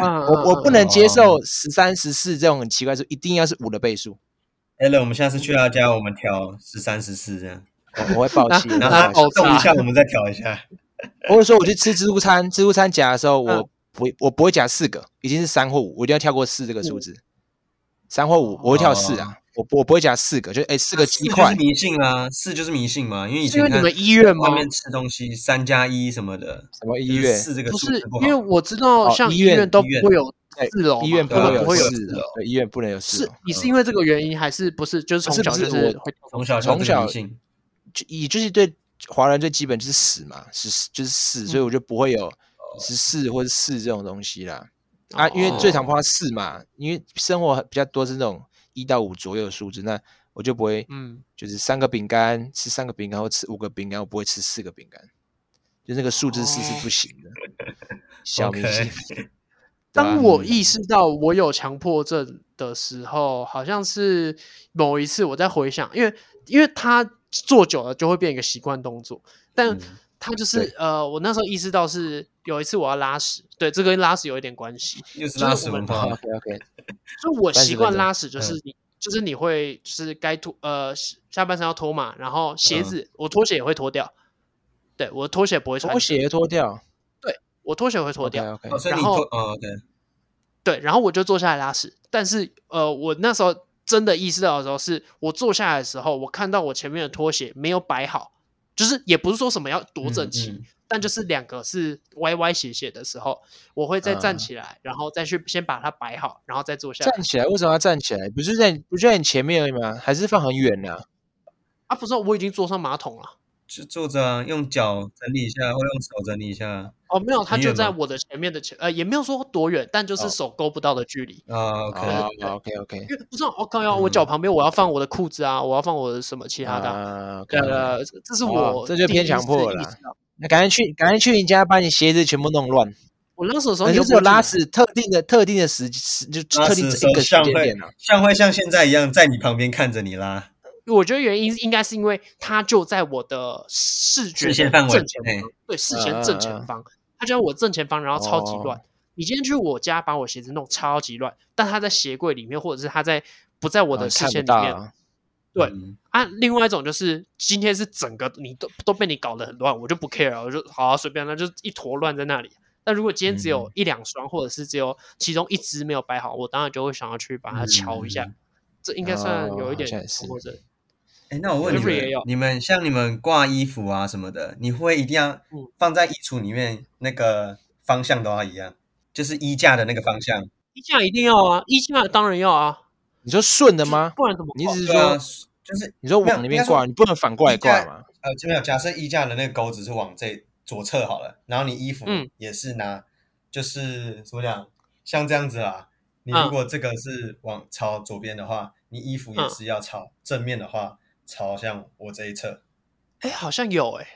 S1: 啊
S3: 我我不能接
S2: 哦
S3: 受十三、十四这种很奇怪数，一定要是五的倍数，
S2: a l 我们下次去他家，我们调十三、十四这样，
S3: 我我会爆气，我会
S2: 然
S1: 那
S2: 后
S3: 爆
S2: 他
S1: 爆炸
S3: 气。
S2: 动一下，我们再调一下。
S3: 或者说我去吃自助餐，自助餐夹的时候，我
S1: 嗯
S3: 不我不会夹四个，一定是三或五，我一定要跳过四这个数字，三或五我会跳四啊，我不我不会夹四个，就哎四个鸡
S2: 四就
S3: 块
S2: 是。迷信啦，四就是迷信嘛，因为以
S1: 是因
S2: 前
S1: 为你
S2: 看
S1: 们医院吗
S2: 外？面吃东西三加一什么的，
S3: 什么
S2: 就
S3: 医
S2: 是
S3: 院？
S2: 四这个
S1: 不
S2: 数
S1: 是
S2: 字不，好
S1: 因为我知道
S3: 哦
S1: 像
S3: 医
S1: 医
S3: 院
S1: 院都
S2: 医院
S1: 不会有
S3: 对
S1: 四楼嘛，
S3: 医院
S1: 不
S3: 不
S2: 对啊
S3: 会
S1: 呃会不
S3: 有
S1: 会有
S3: 四
S2: 四
S3: 的
S2: 哦，
S3: 对，医院不能有四
S1: 是
S3: 哦。
S1: 你是因为这个原因还是不是？就是
S3: 不是
S1: 从小
S3: 不是
S1: 就是
S3: 我
S1: 会
S2: 从小就有
S3: 从
S2: 这个
S3: 小
S2: 迷信，
S3: 就以就是对华人最基本就是死嘛，是就是死，
S1: 嗯
S3: 所以我就不会有十四或者四这种东西啦。啊，因为最常
S1: 哦
S3: 碰到四嘛，因为生活比较多是那种一到五左右的数字，那我就不会，
S1: 嗯，
S3: 就是三个饼干吃三个饼干或吃五个饼干，我不会吃四个饼干，就那个数字四是
S1: 哦
S3: 不行的，小明
S2: OK
S3: 星。
S1: [LAUGHS]
S3: 对啊嗯吧
S1: 当我意识到我有强迫症的时候，好像是某一次我在回想，因为因为他做久了就会变一个习惯动作，但
S2: 嗯
S1: 他就是、
S3: 对
S1: 呃，我那时候意识到是有一次我要拉屎，对，这跟拉屎有一点关系，
S2: 又是
S1: 就是
S2: 拉屎
S1: 我们
S2: 文
S1: 啊
S2: 化。
S3: OK OK，
S1: 就我
S3: 30
S1: 习惯
S3: 分钟
S1: 拉屎，就是
S3: 嗯
S1: 你、就是你会就是该脱呃下半身要脱嘛，然后鞋
S2: 嗯
S1: 子、我拖鞋也会脱掉，对我拖鞋不会穿
S3: 拖
S1: 着
S3: 鞋脱掉，
S1: 我拖鞋会脱掉，
S3: OK，
S2: 哦，所以
S1: 然
S2: 你
S1: 后
S2: 脱哦，OK，
S1: 对，然后我就坐下来拉屎。但是呃，我那时候真的意识到的时候是，我坐下来的时候，我看到我前面的拖鞋没有摆好，就是也不是说什么要多整齐，
S2: 嗯嗯
S1: 但就是两个是歪歪斜斜的时候，我会再站
S2: 嗯
S1: 起来，然后再去先把它摆好，然后再坐下来。
S3: 站起来为什么要站起来？不是在不是在你前面而已吗？还是放很远呢、
S1: 啊，不是，我已经坐上马桶了。
S2: 就坐着啊，用脚整理一下，或用手整理一下
S1: 哦，没有，他
S2: 很
S1: 就
S2: 远
S1: 在
S2: 吗
S1: 我的前面的前，呃，也没有说多远，但就是
S3: 哦
S1: 手勾不到的距离。 [LAUGHS]
S2: 啊，OK，
S3: 哦 OK OK，
S1: 因为不知道，我靠呀，我脚
S2: 嗯
S1: 旁边我要放我的裤子啊，我要放我的什么其他的啊。
S3: 啊，OK，
S1: 呃，这这是
S3: 哦
S1: 我
S3: 这就
S1: 第
S3: 偏
S1: 一
S3: 强
S1: 次
S3: 迫了
S1: 意
S3: 啦
S1: 识到
S3: 那赶快去，赶快去你家把你鞋子全部弄乱。
S1: 我那时候的时候
S3: 你
S1: 你
S3: 就
S1: 又
S3: 只
S1: 不
S3: 有
S1: 会
S3: 拉
S1: 去
S3: 屎特定的特定的时时，就
S2: 拉
S3: 特定
S2: 屎的
S3: 这
S2: 时候
S3: 一个时
S2: 像
S3: 间
S2: 会
S3: 点啊。
S2: 像会像现在一样，在你旁边看着你啦，
S1: 我觉得原因应该是因为它就在我的视觉
S2: 视线
S1: 的
S2: 范围
S1: 正前
S2: 内
S1: 方，对，视
S3: 嗯
S1: 线
S3: 嗯
S1: 正
S3: 嗯哦
S1: 前方，它就在我正前方，然后超级乱。你今天去我家把我鞋子弄超级乱，但它在鞋柜里面，或者是它在不在我
S3: 啊
S1: 的视
S3: 看不
S1: 线里
S3: 到
S1: 面，
S3: 啊
S1: 对
S2: 嗯
S1: 啊，另外一种就是今天是整个你都都被你搞得很乱，我就不 care，了我就好啊随便，那就一坨乱在那里。但如果今天只
S2: 嗯
S1: 有一两双，或者是只有其中一只没有摆好，我当然就会想要去把它敲一下。
S2: 嗯嗯
S1: 这应该算有一点
S3: 哦好像也是
S1: 或者
S2: 哎，那我问你
S1: Delivery
S2: 们
S1: 也有，
S2: 你们像你们挂衣服啊什么的，你会一定要
S1: 嗯
S2: 放在衣橱里面那个方向都要一样，就是衣架的那个方向。
S1: 衣架一定要啊，衣架当然要啊，
S3: 你说顺的吗？
S1: 不然怎么
S3: 你
S1: 挂
S3: 只是
S2: 对啊
S3: 说，
S2: 就是
S3: 你说
S2: 没有
S3: 往里
S2: 应该
S3: 面
S2: 说
S3: 挂，你不能反过来挂嘛？
S2: 呃，就没有假设衣架的那个钩子是往这左侧好了，然后你衣服
S1: 嗯
S2: 也是拿，就是怎么讲，像这样子啦。你如
S1: 嗯
S2: 果这个是往朝左边的话，你衣服也
S1: 嗯
S2: 是要朝正面的话，朝向我这一侧。
S1: 哎，好像有哎、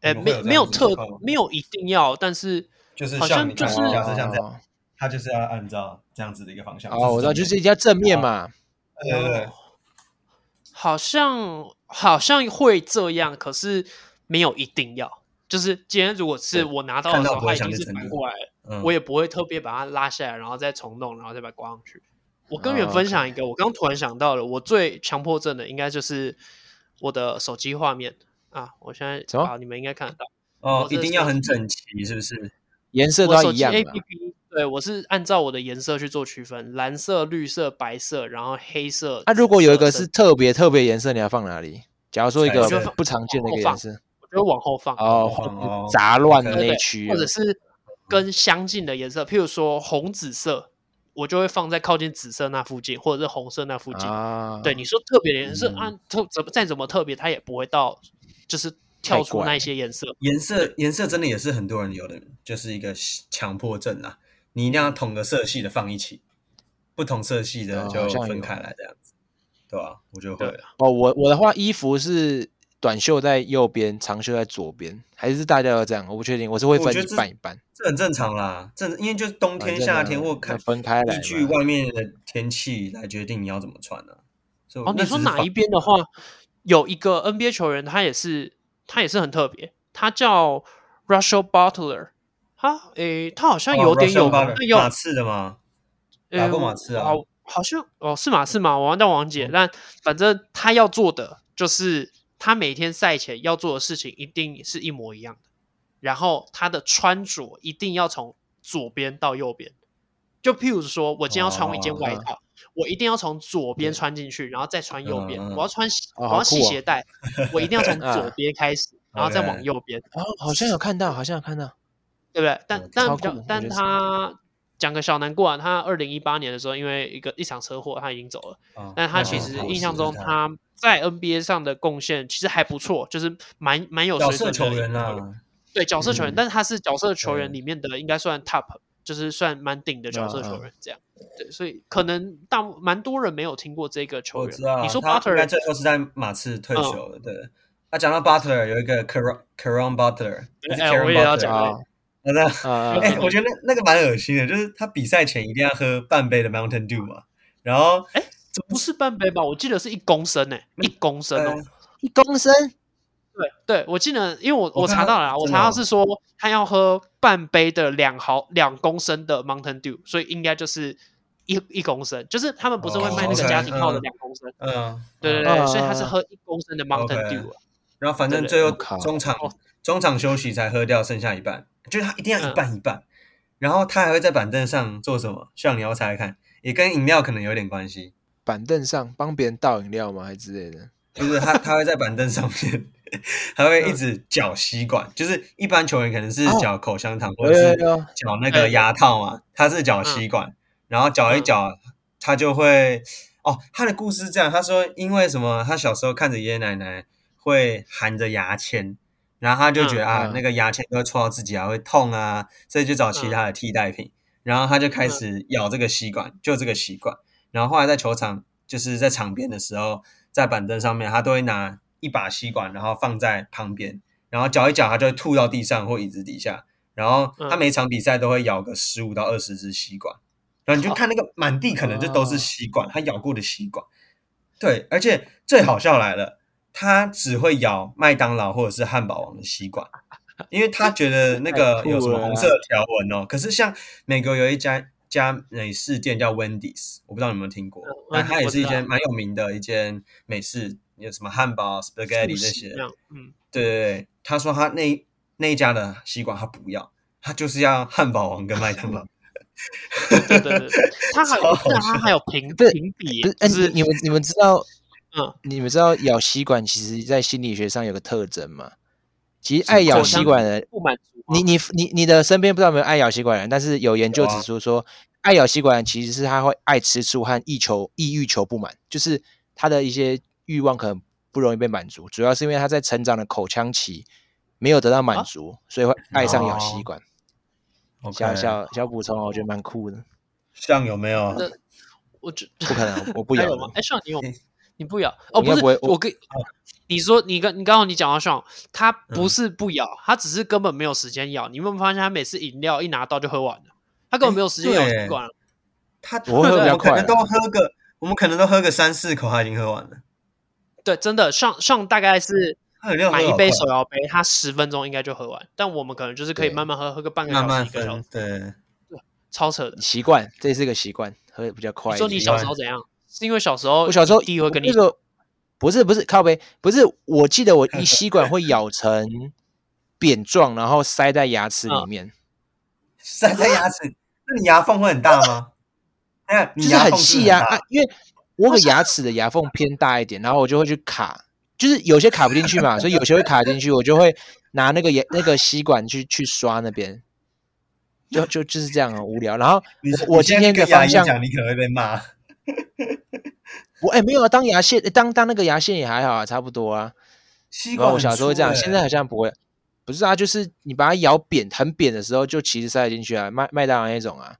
S1: 哎，
S2: 你们会
S1: 没
S2: 有这
S1: 没有特
S2: 样子的情况吗
S1: 没有一定要，但是
S2: 就是
S1: 好
S2: 像
S1: 像
S2: 你
S1: 就
S2: 刚
S1: 是
S2: 刚假设像这样，
S3: 哦
S2: 它就是要按照这样子的一个方向。这
S3: 哦，我知道，
S2: 正
S3: 就
S2: 面
S3: 是一定要正面嘛。
S2: 对对对，
S1: 好像好像会这样，可是没有一定要。就是今天如果是我拿到
S2: 看
S1: 的时
S2: 到
S1: 候，
S2: 不会
S1: 它已
S2: 想
S1: 经
S2: 去
S1: 是
S2: 整
S1: 反
S2: 理
S1: 过来了，
S2: 嗯
S1: 我也不会特别把它拉下来，然后再重弄，然后再把它挂上去。我跟你
S3: 哦
S1: 们
S3: ，OK
S1: 分享一个，我刚突然想到了，我最强迫症的应该就是我的手机画面啊！我现在
S3: 什么
S1: 啊，你们应该看得到，
S2: 哦
S1: 我，
S2: 一
S1: 这
S2: 定
S1: 是
S2: 要很整齐，是不是？
S3: 颜色都
S1: 我
S3: 要
S1: 手
S3: 一
S1: 机哎
S3: 样啊
S1: A
S3: 啦
S1: P P 对我是按照我的颜色去做区分，蓝色、绿色、白色，然后黑色。
S3: 啊，如果有一个
S1: 紫
S3: 是
S1: 色
S3: 特别特别颜色，你要放哪里？假如说一
S2: 彩
S3: 个
S2: 色
S3: 不常见的一个颜色，
S1: 我就往后放，
S3: 哦，
S2: 后放
S3: 或
S2: 哦
S3: 杂乱的那
S2: 对
S1: 对
S3: 一
S1: 对
S3: 区啊
S2: 嗯
S1: 或者是跟相近的颜色，譬如说红紫色，我就会放在靠近紫色那附近，或者是红色那附近。
S3: 啊，
S1: 对，你说特别的颜色，
S2: 嗯
S1: 按特怎么再怎么特别，它也不会到就是跳出那一些颜色。
S2: 颜色颜色真的也是很多人有的，就是一个强迫症啦。你一定要同个色系的放一起，不同色系的
S1: 啊
S3: 哦
S2: 就
S3: 好像
S2: 分
S3: 有
S2: 开来这样子，对吧、我就会
S1: 对啊
S2: 了
S3: 哦，我我的话，衣服是短袖在右边，长袖在左边，还是大家要这样？我不确定，我是会
S2: 我
S3: 分
S2: 觉得
S3: 一
S2: 这
S3: 半一半，
S2: 这很正常啦。正因为就是冬
S3: 反
S2: 天、
S3: 正
S1: 啊
S2: 夏
S3: 呢
S2: 天或
S3: 要
S2: 看
S3: 分开来
S2: 依据
S3: 嘛。
S2: 外面的天气来决定你要怎么穿啊。所以我
S1: 哦，
S2: 那
S1: 你说
S2: 只是
S1: 哪
S2: 防
S1: 一边的话，有一个 NBA 球员，他也是他也是很特别，他叫 Russell Butler。他诶，他好像
S2: 哦
S1: 有点
S2: Russell
S1: 有，
S2: Barber，
S1: 有
S2: 马刺的吗？打过
S1: 呃
S2: 马刺啊嗯
S1: 好好像哦是马刺嘛，我忘掉王姐，但反正他要做的就是他每天赛前要做的事情一定是一模一样的，然后他的穿着一定要从左边到右边，就譬如说我今天要穿一件
S2: 哦
S1: 外
S3: 嗯
S1: 套，我一定要从左边穿进去，然后再穿右边，
S2: 嗯嗯
S1: 我要穿细
S3: 哦
S1: 我
S3: 好
S1: 要系
S3: 酷哦
S1: 鞋带，我一定要
S2: [LAUGHS]
S1: 从左
S3: 嗯
S1: 边开始，然后再往
S2: 啊 OK
S1: 右边，
S3: 哦，好像有看到，好像有看到，
S1: 对不对？但
S2: 嗯
S3: 超
S1: 但比
S3: 酷
S1: 较
S3: 我，觉
S1: 但
S3: 得是
S1: 他讲个小难过啊，他二零一八年的时候，因为一个一场车祸，他已经走了。
S2: 哦
S1: 但他
S2: 那
S1: 其
S2: 很
S1: 实
S2: 好
S1: 印象
S2: 是
S1: 中
S2: 他
S1: 他在 NBA 上的贡献其实还不错，就是蛮蛮有
S2: 角
S1: 水
S2: 色
S1: 准的
S2: 球员
S1: 一个
S2: 啦，
S1: 对角色球员，
S2: 嗯
S1: 但是他是角色球员
S2: 对嗯
S1: 里面的应该算 top，就是算蛮顶的角色球员这样。对，所以可能大部蛮多人没有听过这个球
S2: 我
S1: 员
S2: 知。道，
S1: 你说嗯
S2: 他应该
S1: Butter，
S2: 最后是在马刺退休了。对，那讲到 Butler 有一个 Caron Caron Butler，还是
S1: 哎
S2: Caron
S1: 我也要讲嗯
S3: 啊
S2: [LAUGHS] Butler。我知道，
S3: 啊，
S2: 哎，我觉得那那个蛮恶心的，就是他比赛前一定要喝半杯的 Mountain Dew 嘛，然后
S1: 哎，不是半杯吧？我记得是一公升诶、一公升哦。
S2: 呃
S3: 一公升
S1: 对对，我记得，因为我
S2: 我
S1: 我
S2: 看
S1: 查
S2: 到
S1: 到了啦，我
S2: 真的
S1: 查到
S2: 哦
S1: 是说他要喝半杯的两毫两公升的 Mountain Dew，所以应该就是一一公升，就是他们不是会
S2: 哦
S1: 卖那个
S2: ，OK，
S1: 家庭号的
S2: 嗯
S1: 两公升？
S2: 嗯，
S1: 对对
S2: 嗯
S1: 对，所以他是
S3: 嗯嗯嗯
S1: 喝一公升的 Mountain
S2: OK
S1: Dew 啊。
S2: 然后反正
S1: 对对
S2: 最后
S3: 我靠
S2: 中场
S1: 哦
S2: 中场休息才喝掉剩下一半，就是他一定要一
S1: 嗯
S2: 半一半。然后他还会在板凳上做什么？像你要猜猜看，也跟饮料可能有点关系。
S3: 板凳上帮别人倒饮料吗？还之类的？
S2: [LAUGHS] 就是他他会在板凳上面， [LAUGHS] 还会一直嚼吸管，就是一般球员可能是
S3: 哦
S2: 嚼口香糖或
S3: 有
S2: 者
S3: 有
S2: 是
S3: 有，
S2: 嚼那个牙套嘛，他是嚼吸管，然后嚼一嚼，他就会哦，他的故事是这样，他说因为什么，他小时候看着爷爷奶奶会含着牙签。然后他就觉
S1: 嗯
S2: 得啊，
S3: 嗯
S2: 那个牙签都会戳到自己啊，会痛啊，所以就找其他的替代品。然后他就开始咬这个吸管，就这个吸管。然后后来在球场，就是在场边的时候，在板凳上面，他都会拿一把吸管，然后放在旁边，然后搅一搅，他就会吐到地上或椅子底下。然后他
S1: 嗯
S2: 每场比赛都会咬个十五到二十支吸管，然后你就看那个满地可能就
S3: 哦
S2: 都是吸管，他咬过的吸管。对，而且最好笑来了，他只会咬麦当劳或者是汉堡王的吸管，因为他觉得那
S3: 太
S2: 个
S3: 酷
S2: 有什么
S3: 了
S2: 红
S3: 啦
S2: 色条纹哦。可是像美国有一家家美式店叫 Wendy's，我不知道你有没有听
S3: 嗯
S2: 过，但它也是一间蛮有名的一间美式，有什么汉堡、spaghetti 这些。
S1: 嗯，
S2: 对对对，他说他那那一家的西瓜他不要，他就是要汉堡王跟麦当
S3: [LAUGHS]
S2: 劳。
S1: 对对对，它
S2: [LAUGHS]
S1: 还有它还有评
S3: 不是
S1: 评比
S3: 不是，，
S1: 就
S3: 哎、
S1: 是
S3: 你你们你们知
S2: [LAUGHS]
S3: 道，
S1: 嗯，
S3: 你们知道咬吸管其实在心理学上有个特征吗？其实爱咬
S1: 口
S3: 吸
S1: 腔
S3: 管的人，
S1: 不满足啊
S3: 你你你你的身边不知道有没有爱咬吸管的人，但是有研究
S2: 有
S3: 指
S2: 啊
S3: 出说，爱咬吸管的人其实是他会爱吃醋和欲求抑欲求不满，就是他的一些欲望可能不容易被满足，主要是因为他在成长的口腔期没有得到满
S1: 啊
S3: 足，所以会爱上咬吸
S2: 哦
S3: 管。小
S2: OK，
S3: 小小补充啊，我觉得蛮酷的，
S2: 像有没有？
S1: 那我只
S3: 不可能，我不
S1: 还
S3: 咬
S1: 有
S3: 的
S1: 吗？。哎，上你有吗
S2: 嗯
S1: 你不咬
S3: 我
S1: 哦？
S3: 应该
S1: 不是，
S3: 不会我啊
S1: 我跟你说，你刚你刚好你讲到上，他不
S2: 嗯
S1: 是不咬，他只是根本没有时间咬。你有没有发现他每次饮料一拿到就喝完了？他根本没有时间咬
S2: 哎对
S1: 吸管了。
S2: 他
S3: 我会比较
S2: 我可
S3: 快
S2: 能
S3: 啊
S2: 都喝个，我们可能都喝个三四口，他已经喝完了。
S1: 对，真的上上大概是
S2: 他有料喝
S1: 买一
S2: 好
S1: 杯
S2: 快
S1: 手摇杯，他十分钟应该就喝完，但我们可能就是可以
S3: 对
S1: 慢慢喝，喝个半个小时、
S2: 慢慢
S1: 一个小
S2: 分
S1: 时，，
S2: 对，
S1: 超扯的。
S3: 习惯，这是一个习惯，喝得比较快
S1: 你
S3: 一
S1: 说
S3: 点。
S1: 你
S2: 习
S1: 小
S2: 惯
S1: 时候怎样？是因为小时候
S3: 我小时候
S1: 弟会跟你
S3: 那个不是不是靠背，不是我记得我一吸管会咬成扁状，然后塞在牙齿
S1: 嗯
S3: 里面，
S2: 塞在牙齿，那你牙缝会很大吗？哎呀，你
S3: 就是
S2: 牙
S3: 很
S2: 缝是不
S3: 细
S2: 是
S3: 啊
S2: 很大
S3: 啊，因为我有个牙齿的牙缝偏大一点，然后我就会去卡，就是有些卡不进去嘛，所以有些会卡进去，我就会拿那个牙那个吸管去去刷那边。就就就是这样啊，无聊。然后
S2: 你
S3: 我我
S2: 你现
S3: 今
S2: 在
S3: 天的
S2: 跟牙
S3: 方
S2: 医
S3: 向，
S2: 讲，你可能会被骂。
S3: 我哎、没有啊，当牙线当当那个牙线也还好啊，差不多啊。
S2: 吸
S3: 然
S2: 管
S3: 后我小时候会这样，现
S1: 欸
S3: 在好
S2: 很粗哎
S3: 像不会。不是啊，就是你把它咬扁，很扁的时候，就其实塞得进去啊，麦麦当劳那种啊。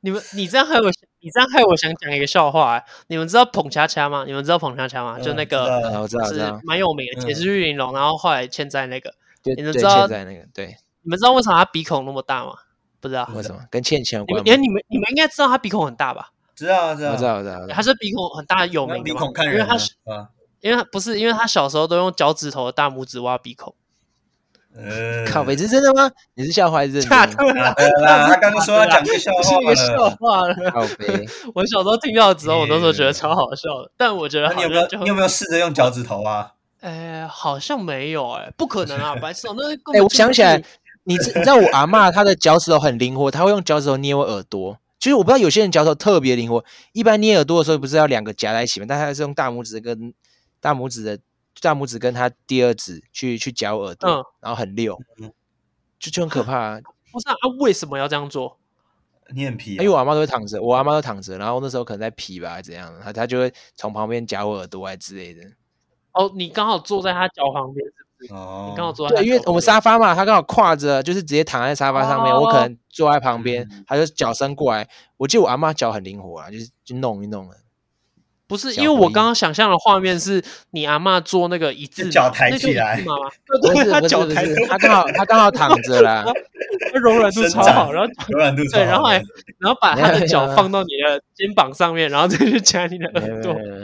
S1: 你们，你这样害我想，你这样害我想讲一个笑话、欸。你们知道捧恰恰吗？你们知道捧恰恰吗？
S2: 欸
S1: 就那
S2: 嗯
S1: 个
S2: 知
S3: 啊，
S2: 道
S3: 我知
S1: 就
S3: 道，我知
S1: 是
S3: 道，
S1: 蛮有名的，
S2: 嗯
S1: 解释玉玲珑，然后后来欠债那个。
S3: 就
S1: 你们
S3: 对，
S1: 知道
S3: 现在那个对，
S1: 你们知道为什么他鼻孔那么大吗？不知道。
S3: 为什么跟欠钱有
S1: 啊你
S3: 关
S1: 们，哎，
S3: 吗？
S1: 你们你们应该知道他鼻孔很大吧？
S2: 知道啊知道
S3: 我
S2: 啊
S3: 知，道，我知道，我知道
S1: 他是鼻孔很大有
S2: 我
S1: 名的
S2: 鼻
S1: 嘛
S2: 孔看
S1: 因为
S2: 人
S1: 他
S2: 啊
S1: 是，
S2: 啊，
S1: 因为他不是因为他小时候都用脚趾头的大拇指挖鼻孔。
S2: 呃，
S3: 靠北，是真的吗？你是笑话还是
S1: [LAUGHS]
S3: 认真
S1: 吓
S3: 的？
S1: 到了，
S2: 啊对啦，他刚刚说要讲个笑
S1: 啊
S3: 啊
S1: 不是
S2: 话
S3: 哦
S1: 一个笑
S2: 了。
S3: [LAUGHS]
S1: 话了。
S3: 靠北，
S1: 我小时候听到之后，我那时候觉
S3: 嗯
S1: 得超好笑的，但我觉得
S2: 那
S1: 好
S2: 你有
S1: 像
S2: 没有
S1: 就
S2: 你有没有试着用脚趾头啊？
S1: 哎，好像没有哎、不可能啊，白痴哦、那根
S3: 哎，
S1: 本
S3: 我
S1: 就
S3: 想
S1: 不
S3: 起来
S1: 是，
S3: 你知你知道我阿嬷她的脚趾头很灵活，她会用脚趾头捏我耳朵。其实我不知道有些人脚趾头特别灵活，一般捏耳朵的时候不是要两个夹在一起吗？但她是用大拇指跟大拇指的大拇指跟她第二指去去夹我耳朵，
S1: 嗯
S3: 然后很溜
S2: 嗯，
S3: 就就很可怕、啊。
S1: 不是啊，啊为什么要这样做？
S2: 你很皮
S3: 哎因
S1: 哎
S2: 啊，
S3: 为我阿妈都会躺着，我阿妈都躺着，然后那时候可能在皮吧，还是怎样的，她她就会从旁边夹我耳朵啊之类的。
S1: 哦，你刚好坐在他脚旁边，是不是？
S2: 哦
S1: 你刚好坐在他
S3: 对，因为
S1: 脚
S3: 我
S1: 旁
S3: 们
S1: 边
S3: 沙发嘛，他刚好跨着，就是直接躺在沙发上面，我可
S1: 哦
S3: 能坐在旁边
S2: 嗯，
S3: 他就脚伸过来。我记得我阿妈脚很灵活啊，就是就弄一
S1: [LAUGHS]
S3: 弄的。
S1: 不是
S3: 小
S1: 因为我
S3: 回忆
S1: 刚刚想象的画面是你阿嬷做那个一字
S2: 就
S1: 马
S2: 脚抬
S1: 那就
S2: 起
S1: 一字
S2: 来
S1: 马吗
S3: 不
S1: 对
S3: 是
S1: 对，他
S3: 不是
S1: 脚
S3: 不
S1: 抬
S3: 是，他刚好他刚好躺
S1: [LAUGHS]
S3: 着啦，
S1: 他柔软度
S2: 伸
S1: 超
S2: 展
S1: 好，然后
S2: 柔软度超
S1: 对，
S2: 好
S1: 然
S3: [LAUGHS]
S1: 后还
S2: 的
S1: 然后把他
S3: 没
S1: 的
S3: 有
S1: 脚
S3: 没有
S1: 放到你的肩膀上面，然后再去夹你的
S3: 没有
S1: 耳
S3: 没有
S1: 朵。
S3: 没有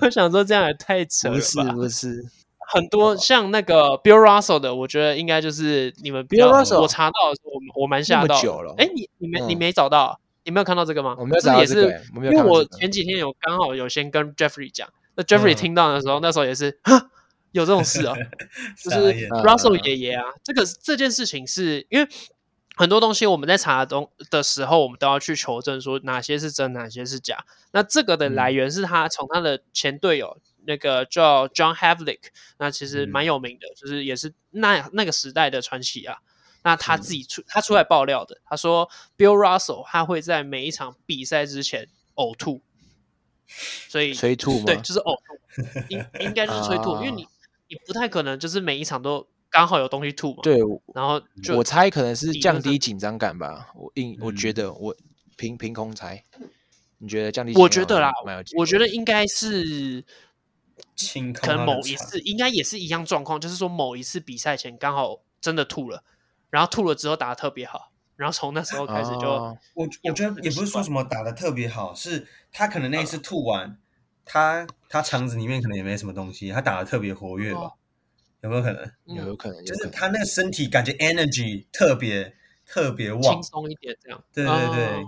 S1: 我想说这样也太扯
S3: 不
S1: 了
S3: [LAUGHS] 是
S1: 吧！
S3: 不是，
S1: 很多像那个 Bill Russell 的，我觉得应该就是你们比
S3: Bill
S1: 较
S3: Russell
S1: 我查到的时候，我们我蛮吓
S3: 那
S1: 到
S3: 么
S1: 的。
S3: 久了
S1: 哎，你你没你
S3: 嗯
S1: 没找到，你没有看到这个吗？
S3: 我没有
S1: 这
S3: 找到
S1: 也
S3: 这
S1: 是
S3: 个欸，我没有
S1: 因为
S3: 看到
S1: 我
S3: 这个。
S1: 前几天有刚好有先跟 Jeffrey 讲，那 Jeffrey
S2: 嗯
S1: 听到的时候，那时候也是哈，有这种事
S3: [LAUGHS]
S1: 啊，就
S2: 傻
S1: 是
S2: 眼
S1: Russell
S3: 嗯
S1: 爷爷啊，这个这件事情是因为很多东西我们在查东的时候，我们都要去求证说哪些是真，哪些是假。那这个的
S2: 嗯
S1: 来源是他从他的前队友。那个叫 John Havlick，那其实
S2: 嗯
S1: 蛮有名的，就是也是那那个时代的传奇啊。那他
S3: 嗯
S2: 是
S1: 自己出他出来爆料的，他说 Bill Russell 他会在每一场比赛之前呕吐，所以
S3: 嗯催吐
S1: 对
S3: 吗？
S1: 就是呕吐，应应该就是催吐，因为
S3: 啊
S1: 你你不太可能就是每一场都刚好有东西吐嘛，
S3: 对，我
S1: 然后就
S3: 我猜可能是
S1: 理论
S3: 降
S1: 上
S3: 低紧张感吧。我硬我觉
S2: 嗯
S3: 得我凭凭空猜，你觉得降低？
S1: 我觉得啦，我觉
S3: 得
S1: 得应该是
S2: 清空
S1: 可能
S2: 他的
S1: 某一
S2: 肠
S1: 次应该也是一样状况，就是说某一次比赛前刚好真的吐了，然后吐了之后打的特别好，然后从那时候开始就、
S3: 哦
S2: 我我觉得也不是说什么打的特别好，是他可能
S1: 嗯
S2: 那一次吐完，他他肠子里面可能也没什么东西，他打的特别活跃吧？
S1: 哦
S2: 有没有可能？
S1: 嗯
S3: 有有可能，有
S2: 就
S3: 可
S2: 是
S3: 能
S2: 他那个身体感觉 energy 特别特别旺
S1: 轻。松一点这样。
S2: 对对对
S1: 哦，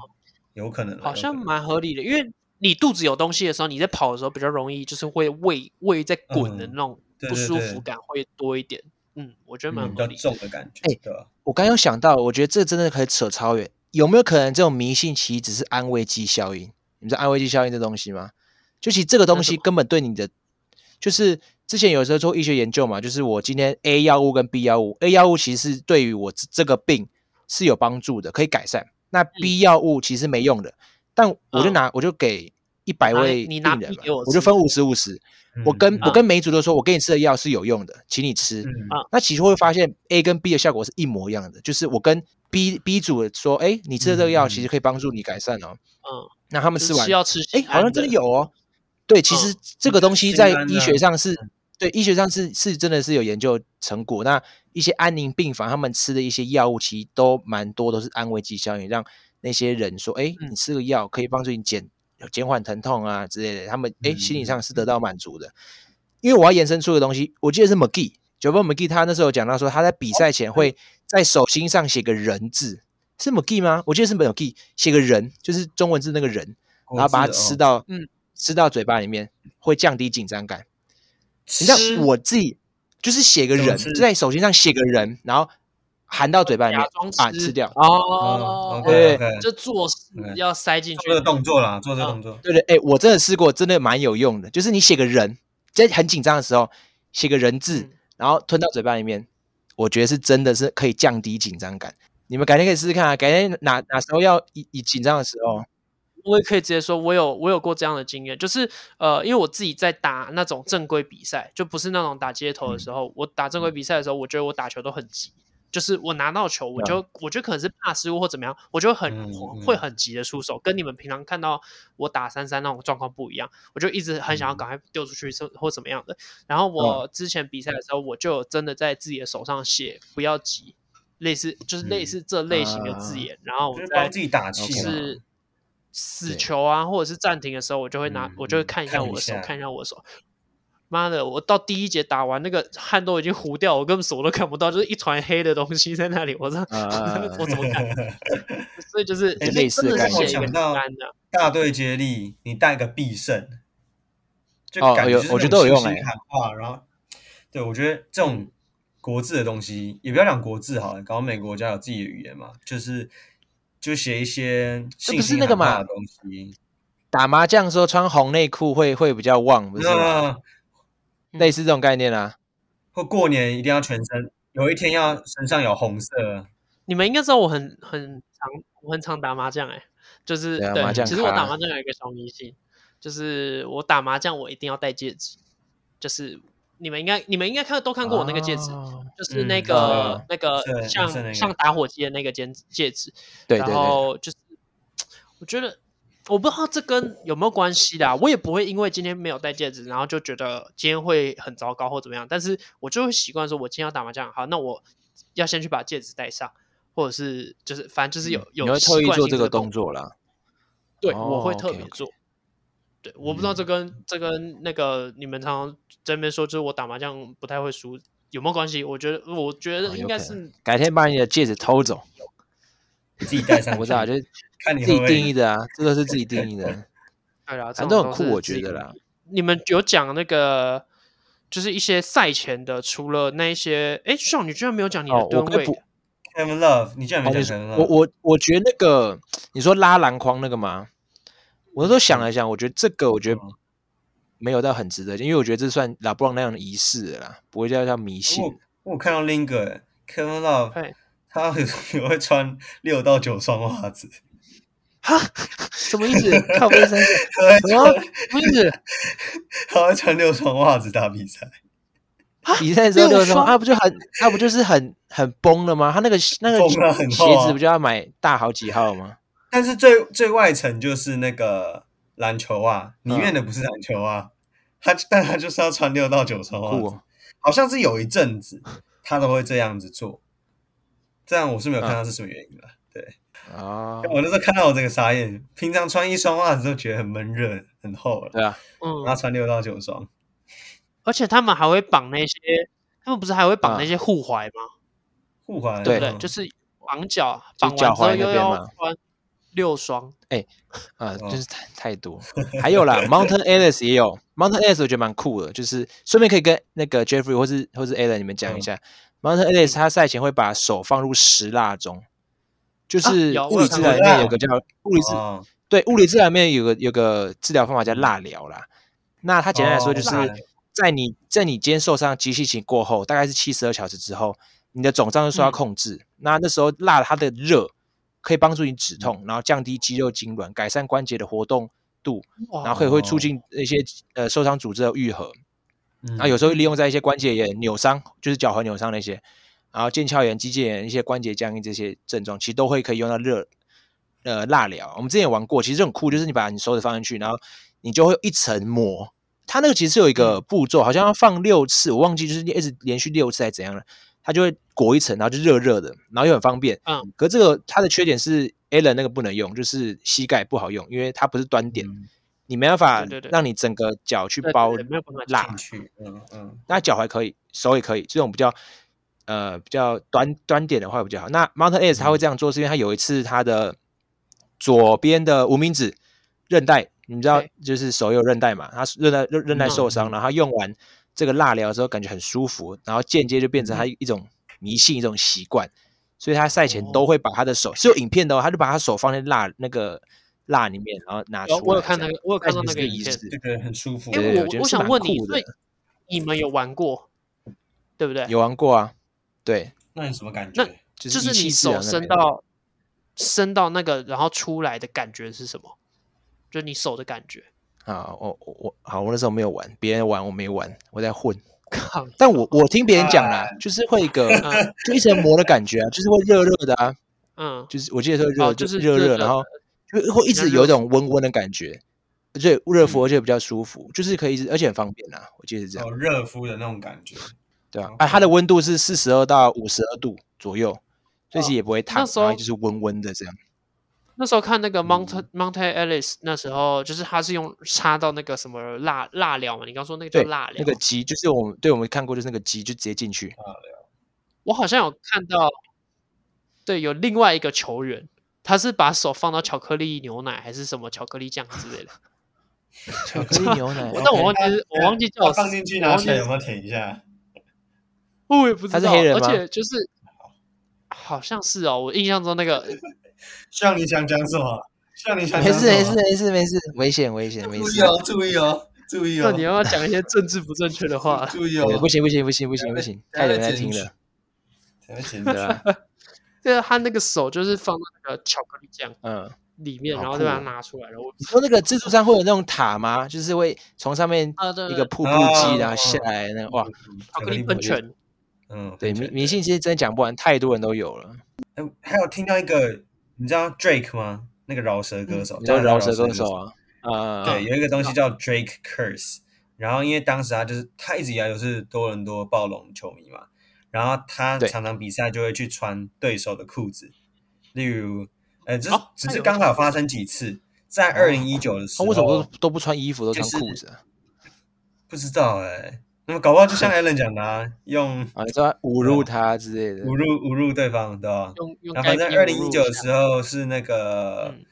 S2: 有可能啊
S1: 好像
S2: 有可能
S1: 蛮合理的，因为你肚子有东西的时候，你在跑的时候比较容易，就是会胃胃在滚的
S2: 嗯
S1: 那种
S2: 对
S1: 不
S2: 对
S1: 舒
S2: 对
S1: 服感会多一点。嗯，我觉得蛮
S2: 嗯比
S1: 合
S2: 较
S1: 理的。
S2: 重的感觉，
S3: 哎
S2: 对吧？
S3: 我刚有想到，我觉得这真的可以扯超远。有没有可能这种迷信其实只是安慰剂效应？你们知道安慰剂效应这东西吗？就其实这个东
S1: 那什
S3: 西
S1: 么
S3: 根本对你的，就是之前有时候做医学研究嘛，就是我今天 A 药物跟 B 药物，A 药物其实是对于我这这个病是有帮助的，可以改善。那 B 药物其实没用的，但我就
S1: 嗯
S3: 拿、我就给一百
S1: 拿
S3: 位
S1: 你
S3: 病
S1: 拿
S3: 人
S1: B
S3: 嘛
S1: 给我，
S3: 我就
S1: 吃
S3: 分五十五十，我
S2: 嗯
S3: 跟、
S2: 嗯
S3: 我跟每一组都说，我给你吃的药是有用的，请你吃。
S2: 嗯
S1: 啊
S3: 那其实会发现 A 跟 B 的效果是一模一样的，就是我跟 B B 组说，哎，你吃的这个药
S2: 嗯
S3: 其实可以帮助你改善哦。
S1: 嗯，
S3: 那他们
S1: 就
S3: 吃
S1: 是
S3: 完
S1: 吃，药吃
S3: 哎，
S1: 心
S3: 好像
S1: 安
S3: 真的
S1: 的
S3: 有哦。对，其实这个东西在医学上是，对医学上是是真的是有研究成果。那一些安宁病房他们吃的一些药物，其实都蛮多都是安慰剂效应，让那些人说，哎，
S1: 嗯
S3: 你吃个药可以帮助你减减缓疼痛啊之类的，他们哎心理上是得到满足的。因为我要延伸出个东西，我记得是 McGee 九波 McGee，他那时候有讲到说他在比赛前会在手心上写个人字，是 McGee 吗？我记得是 McGee 写个人，就是中文字那个人，然后把它
S2: 哦
S3: 吃，到，
S1: 嗯
S3: 吃到嘴巴里面会降低紧张感。你知
S2: 你
S3: 道我自己就是写个
S2: 怎么
S3: 人，
S2: 吃
S3: 就在手心上写个人，然后含到嘴巴里面
S1: 假装
S3: 把
S1: 吃
S3: 吃掉。
S1: 哦，
S3: 对
S2: 对，嗯 OK，嗯
S1: 就做事
S2: OK
S1: 要塞进
S2: 做
S1: 去
S2: 这个动作啦，做这个动作，
S3: 对对，哎、我真的试过，真的蛮有用的。就是你写个人，在很紧张的时候写个人字，
S1: 嗯
S3: 然后吞到嘴巴里面，我觉得是真的是可以降低紧张感。你们改天可以试试看啊，改天哪哪时候要以以紧张的时
S1: [LAUGHS]
S3: 候，
S1: 我也可以直接说，我有我有过这样的经验，就是呃，因为我自己在打那种正规比赛，就不是那种打街头
S2: 嗯
S1: 的时候，我打正规比赛的时候，我觉得我打球都很急，就是我拿到球，我就、我觉得可能是怕失误或怎么样，我就很、
S2: 嗯嗯
S1: 会很急的出手，跟你们平常看到我打三三那种状况不一样，我就一直很想要
S2: 嗯哦
S1: 赶快丢出去，或怎么样的。然后我之前比赛的时候，我就有真的在自己的手上写“不要急”，类似就是类
S2: 嗯
S1: 似这类型的字
S3: 啊
S1: 眼，然后
S2: 就
S1: 我
S2: 是
S1: 在
S2: 帮自己打气
S1: 就
S2: 嘛， [LAUGHS]
S1: 是死
S3: 对
S1: 球啊，或者是暂停的时候，我就会拿，
S2: 嗯
S1: 我就会
S2: 嗯
S1: 看一下
S2: 看
S1: 我
S2: 一
S1: 的手，
S2: 下
S1: 看一下我的手。妈的！我到第一节打完，那个汗都已经糊掉，我根本什么都看不到，就是一团黑的东西在那里。我这、
S3: 啊
S1: [LAUGHS] 我怎么
S3: [LAUGHS]
S1: 看？所以就是
S3: 哎
S1: 就是
S3: 类似
S1: 真
S3: 的
S1: 的
S3: 概
S1: 是
S3: 念
S1: 写一个
S2: 我
S1: 很
S2: 想到
S1: 难
S3: 啊
S1: 的，
S2: 大队接力，你带个必胜，就
S3: 哦
S2: 感
S3: 有
S2: 就是
S3: 我觉
S2: 那
S3: 得都
S2: 种
S3: 有
S2: 信
S3: 用
S2: 心
S3: 欸
S2: 喊话，然后对我觉得这种国字的东西，也不要讲国字好了，搞美国家有自己的语言嘛，就是就写一些信
S3: 不是
S2: 心
S3: 那个
S2: 喊
S3: 嘛
S2: 话的东西，
S3: 打麻将的时候穿红内裤会会比较旺，不是吗？
S2: 那
S1: 嗯
S3: 类似这种概念啊。
S2: 或过年一定要全身，有一天要身上有红色，
S1: 你们应该知道我很很常我很常打麻将哎、就是
S3: 对啊麻
S1: 对，
S3: 将
S1: 其实我
S3: 咖
S1: 打麻将有一个小迷信，就是我打麻将我一定要戴戒指，就是你们应该你们应该看都看过我那个戒指，
S3: 哦
S1: 就是
S2: 嗯
S1: 那
S2: 知道
S1: 个、
S2: 了
S1: 那个
S2: 是是
S1: 像、
S2: 那个
S1: 像打火机的那个戒戒指，
S3: 对对
S1: 然
S3: 对，
S1: 后就是我觉得我不知道这跟有没有关系啦，我也不会因为今天没有戴戒指，然后就觉得今天会很糟糕或怎么样，但是我就会习惯说，我今天要打麻将，好，那我要先去把戒指戴上，或者是就是反正就是有、
S3: 嗯你
S1: 有
S3: 会特
S1: 习
S3: 意
S1: 惯性
S3: 做这个
S1: 动
S3: 动作啦。
S1: 对，
S3: 哦嗯
S1: 我会特
S3: OK，OK
S1: 别做。对，我不知道这跟、这跟那个你们常常在那边说，就是我打麻将不太会输，有没有关系？我觉得，我觉
S3: 哦
S1: 得
S3: 有
S1: 应该
S3: 可能
S1: 是
S3: 改天把你的戒指偷走，
S2: 自己戴上
S3: [LAUGHS] 我
S2: 去，
S3: 知道，就是
S2: [LAUGHS] 看你
S3: 自
S2: 会
S3: 己
S2: 不
S3: 定义
S2: 会
S3: 的
S2: [LAUGHS]
S3: 啊，这都是自己定义
S1: [LAUGHS]
S3: 的，啊
S1: 对啦，这种
S3: 反正很
S1: 都
S3: 酷，
S1: 是
S3: 我
S1: 自
S3: 觉
S1: 己
S3: 得啦。
S1: 你们有讲那个，就是一些赛前的，除了那一些，哎，像你居然没有讲你
S3: 哦
S1: 的吨
S3: 我可以
S1: 位
S3: 补
S1: 的，
S2: Kevin Love，你居然
S3: 哦，
S2: 没
S3: 你说
S2: 讲 Kevin Love，
S3: 我我我觉得那个你说拉篮筐那个吗？我那时候想了想，我觉得这个我觉得
S2: 嗯
S3: 没有到很值得，因为我觉得这算拉布朗那样的仪式了啦，不会叫叫迷信。
S2: 我我有看到另一个欸 Kevin Love，
S1: 嘿
S2: 他有时候会 [LAUGHS] 穿六到九双袜子，
S3: 哈， [LAUGHS] 什么意思？靠
S2: [LAUGHS]
S3: 背三什
S2: 他
S3: 么
S2: 会穿
S3: 什么意思？
S2: 他会穿六双袜子打比赛。
S3: 比赛的时候
S1: 六
S3: 六
S1: 双
S3: 双，那、不就很那、不就是很很崩了吗？他那个那个
S2: 崩了很厚啊
S3: 鞋子不就要买大好几号吗？
S2: 但是最最外层就是那个篮球袜，里
S3: 嗯
S2: 面的不是篮球袜，他但他就是要穿六到九双
S3: 酷
S2: 袜子
S3: 哦，，
S2: 好像是有一阵子他都会这样子做，这样我是没
S3: 嗯
S2: 有看到是什么原因了。对，
S3: 啊、
S2: 我那时候看到我这个傻眼，平常穿一双袜子都觉得很闷热、很厚了，
S3: 对啊，
S2: 他
S1: 嗯，
S2: 穿六到九双，
S1: 而且他们还会绑那些，他们不是还会绑
S3: 啊
S1: 那些护踝吗？
S2: 护踝
S1: 对不
S3: 对
S1: 对？就是绑脚，
S3: 就
S1: 绑完
S3: 脚
S1: 之后
S3: 踝那
S1: 又
S3: 边
S1: 要
S3: 吗
S1: 穿六双。
S3: 啊，
S2: 哦
S3: 就是太太多。还有啦，Mountain Alice 也有 Mountain Alice，我觉得蛮酷的，就是顺便可以跟那个 Jeffrey 或是或是 Alan 你们讲一
S2: 嗯
S3: 下、Mountain Alice，他赛前会把手放入石蜡中，就
S1: 啊
S3: 是
S1: 有我
S3: 物
S1: 有
S3: 理
S1: 看
S3: 治
S1: 过
S3: 疗里面有个叫物理治、
S2: 哦，
S3: 对物理治疗里面有个有个治疗方法叫蜡疗啦。那它简单来说
S2: 嗯哦
S3: 就是
S2: 蜡疗
S3: 在你在你今天受伤急性期过后，大概是七十二小时之后，你的肿胀就受到
S1: 嗯
S3: 控制。那那时候蜡它的热可以帮助你止
S2: 嗯
S3: 痛，然后降低肌肉痉挛，改善关节的活动度，然
S1: 哇，
S3: 后可以会
S2: 哦
S3: 促进一些呃受伤组织的愈合。
S2: 嗯
S3: 那有时候利用在一些关节炎、扭伤，就是脚踝扭伤那些，然后腱鞘炎、肌腱炎一些关节僵硬这些症状，其实都会可以用到热呃蜡疗。我们之前也玩过，其实很酷，就是你把你手指放进去，然后你就会有一层膜。它那个其实是
S1: 嗯
S3: 有一个步骤，好像要放六次，我忘记就是一直连续六次还是怎样了，它就会裹一层，然后就热热的，然后又很方便。
S1: 嗯，
S3: 可这个它的缺点是 Allen 那个不能用，就是膝盖不好用，因为它不是端点，
S2: 嗯
S3: 你没办法
S1: 对对对
S3: 让你整个脚去
S1: 对对
S3: 包
S1: 对没有办法
S3: 蜡
S1: 进
S2: 进去，嗯嗯，
S3: 那脚踝可以，手也可以，这种比较呃比较短短点的话比较好。那 Mountain Ace
S1: 嗯
S3: 他会这样做，是因为他有一次他的左边的无名指韧带，你知道
S1: 对
S3: 就是手有韧带嘛，他韧带韧韧带受伤，
S2: 嗯
S3: 然后他用完这个蜡疗之后感觉很舒服，然后间接就变成
S1: 嗯
S3: 他一种迷信一种习惯，所以他赛前
S2: 哦
S3: 都会把他的手是有影片的哦，他就把他手放在蜡那个蜡里面，然后拿出
S1: 有啊
S3: 来。
S1: 我有看
S3: 这
S1: 那
S3: 样
S1: 个，我有看到那
S3: 那是
S1: 个
S3: 个
S1: 影
S3: 仪
S1: 片。
S3: 式，
S2: 这个很舒服
S1: 哎、
S3: 对对
S2: 欸，
S3: 我觉得
S1: 我
S3: 是
S1: 想
S3: 蛮
S1: 问
S3: 酷
S1: 你，
S3: 的
S1: 所以你们有玩过，对不对？
S3: 有玩过啊？对，
S2: 那你什么感
S1: 那
S2: 觉？
S3: 就
S1: 就是
S3: 仪
S1: 你
S3: 器治疗
S1: 手
S3: 啊那
S1: 伸
S3: 边
S1: 到伸到那个，然后出来的感觉是什么？就是你手的感觉。
S3: [LAUGHS] 啊，我我我好，我那时候没有玩，别人玩我没玩，我在混。
S1: 靠，
S3: 但我我听别人讲啦，就是会有一个
S1: 啊嗯
S3: 就一层膜的感觉啊，就是会热热的啊，
S1: 嗯，
S3: 就是我记得说热，
S1: 哦就是
S3: 热
S1: 热
S3: 热，
S1: 热
S3: 然
S1: 的
S3: 后就会一
S1: 像
S3: 直
S1: 热
S3: 有一
S1: 敷
S3: 种温温的感觉，而且热敷
S2: 嗯
S3: 而且比较舒服，就是可以一直，而且很方便啊，我记得是这样
S1: 哦
S2: 有，哦热敷的那种感觉，
S3: 对啊，
S2: OK
S3: 啊，它的温度是四十二到五十二度左右，所以其实也不会烫，
S1: 哦时
S3: 然后
S1: 候
S3: 就是温温的这样。
S1: 那时候看
S3: [LAUGHS] 嗯
S1: 那个 Mount Mount Alice，那时候就是他是用插到那个什么蜡蜡疗嘛，你刚说那个叫
S3: 对
S1: 蜡疗，
S3: 那个鸡就是我们对我们看过，就是那个鸡就直接进去，
S1: 哦我好像有看到，对，有另外一个球员，他是把手放到巧克力牛奶还是什么巧克力酱之类的，
S3: 巧克力牛 [LAUGHS] 奶
S1: 我，但我忘记是我忘记叫
S3: 啊
S2: 它啊放进去，然
S1: 我
S2: 后
S1: 忘记
S2: 水有没有舔一下？
S1: 我也不知道，
S3: 他是黑人
S1: 而
S3: 吗
S1: 且就是好像是哦，我印象中那个
S2: 像你想讲什么？像你想
S3: 没
S2: 讲
S3: 事
S2: 什
S3: 没
S2: 么
S3: 事？没事没事，危险
S1: [LAUGHS]
S3: 危险没
S2: 注
S3: 事
S2: 意。哦，注意哦，注意
S1: 那
S2: 哦
S1: 你，要不要讲一些政治不正确的话？ [LAUGHS]
S2: 注意
S3: 对
S2: 哦，
S3: 不行不行不行不行不行，太多人在听了，
S2: 才会剪
S3: 对
S2: 掉。
S3: 吧？
S1: 对，他那个手就是放到那个巧克力酱
S3: 嗯，
S1: 里面，
S3: 好
S1: 然后再把它
S3: 酷哦
S1: 拿出来，然后我
S3: 你说那个自助上会有那种塔吗？就是会从上面
S1: 啊对
S3: 一
S1: 对
S3: 个瀑布
S2: 啊
S3: 机然后下来那个哇，
S1: 巧克力喷泉，
S2: 嗯，
S3: 对
S2: 喷
S3: 迷
S2: 泉
S3: 迷。信其实真的讲不完，太多人都有了。
S2: 哎，还有听到一个，你知道 Drake 吗？那个饶舌歌手，
S3: 你说
S2: 加拿大
S3: 嗯饶舌
S2: 歌
S3: 歌手。啊，啊，
S2: 对，有一个东西叫 Drake Curse，然后因为当时他就是他一直以来都是多伦多暴龙球迷嘛，然后他
S3: 对
S2: 常常比赛就会去穿对手的裤子，例如，呃，这
S1: 哦
S2: 只
S1: 他
S2: 是
S1: 有
S2: 刚
S1: 穿
S2: 好发生几次，在二零一九的时
S3: 他哦
S2: 候，
S3: 啊为什么都都不穿衣服，都
S2: 就
S3: 穿
S2: 是
S3: 裤子啊？
S2: 不知道哎、那么搞不好就像 Allen 讲的、啊，用
S3: [LAUGHS] 啊，你知道侮辱他之类的
S2: 侮辱侮辱对方，对吧？
S1: 用用
S2: 然后
S1: 钙
S2: 反
S1: 片
S2: 正二零
S1: 侮
S2: 一
S1: 辱
S2: 九的
S1: 下
S2: 时候是那个
S1: 嗯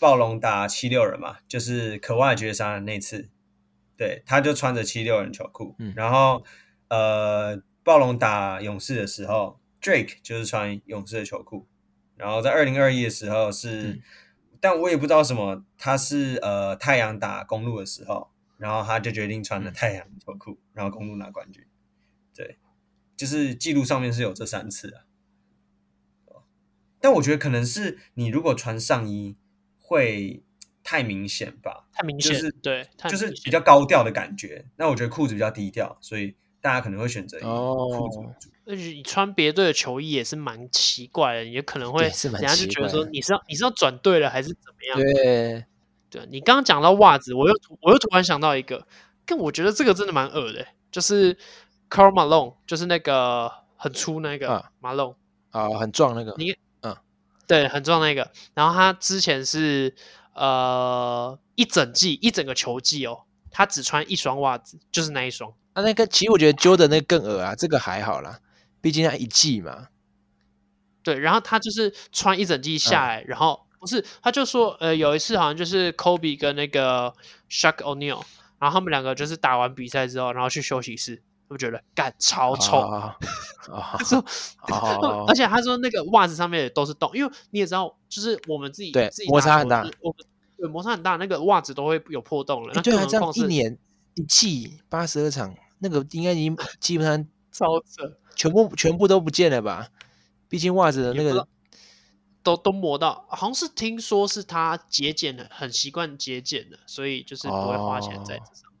S2: 暴龙打七六人嘛，就是可外绝杀的那次，对，他就穿着七六人球裤，
S3: 嗯
S2: 然后呃，暴龙打勇士的时候，Drake 就是穿勇士的球裤，然后在二零二一的时候是，
S3: 嗯
S2: 但我也不知道什么，他是呃太阳打公路的时候，然后他就决定穿了
S3: 嗯
S2: 太阳球裤，然后公路拿冠军，对，就是记录上面是有这三次啊。但我觉得可能是你如果穿上衣会太明显吧，
S1: 太明
S2: 就
S1: 显，
S2: 是
S1: 对，太
S2: 就是
S1: 明
S2: 比
S1: 显
S2: 较高调的感觉。那我觉得裤子比较低调，所以大家可能会选择以裤子为
S3: 哦
S2: 主。
S1: 而且你穿别队的球衣也是蛮奇怪的，也可能会
S3: 对是蛮
S1: 人家就
S3: 奇
S1: 觉得
S3: 怪
S1: 说
S3: 的
S1: 你是要你是要转队了还是怎么样？
S3: 对，
S1: 对，你刚刚讲到袜子，我又突我又突然想到一个，但我觉得这个真的蛮恶的、欸就是 Carl Malone，就是那个很粗那个、
S3: 啊
S1: Malone，
S3: 啊，很壮那个，
S1: 你
S3: 嗯，
S1: 对，很壮那个。然后他之前是呃一整季一整个球季哦，他只穿一双袜子，就是那一双。
S3: 啊，那个其实我觉得 Jordan 那个更恶啊，这个还好啦，毕竟他一季嘛。
S1: 对，然后他就是穿一整季
S3: 啊
S1: 下来，然后不是，他就说，呃，有一次好像就是 Kobe 跟那个 Shaq O'Neal，然后他们两个就是打完比赛之后，然后去休息室，他们觉得干超臭，
S3: 啊
S2: [LAUGHS]
S3: 啊
S1: 他说，
S3: 啊
S1: 而！且他说那个袜子上面也都是洞，因为你也知道，就是我们自己
S3: 对
S1: 自己
S3: 摩
S1: 打
S3: 擦
S1: 球
S3: 很大
S1: 就是我们对摩擦很大，那个袜子都会有破洞了。那
S3: 欸对啊，
S1: 更
S3: 这
S1: 何
S3: 样
S1: 况
S3: 一
S1: 是
S3: 年一季八十二场，那个应该已经基本上
S1: 超扯，
S3: 全部全部都不见了吧？毕竟袜子的
S1: 也
S3: 那
S1: 不知
S3: 个
S1: 道都都磨到，好像是听说是他节俭的，很习惯节俭的，所以就是不会花钱在这上。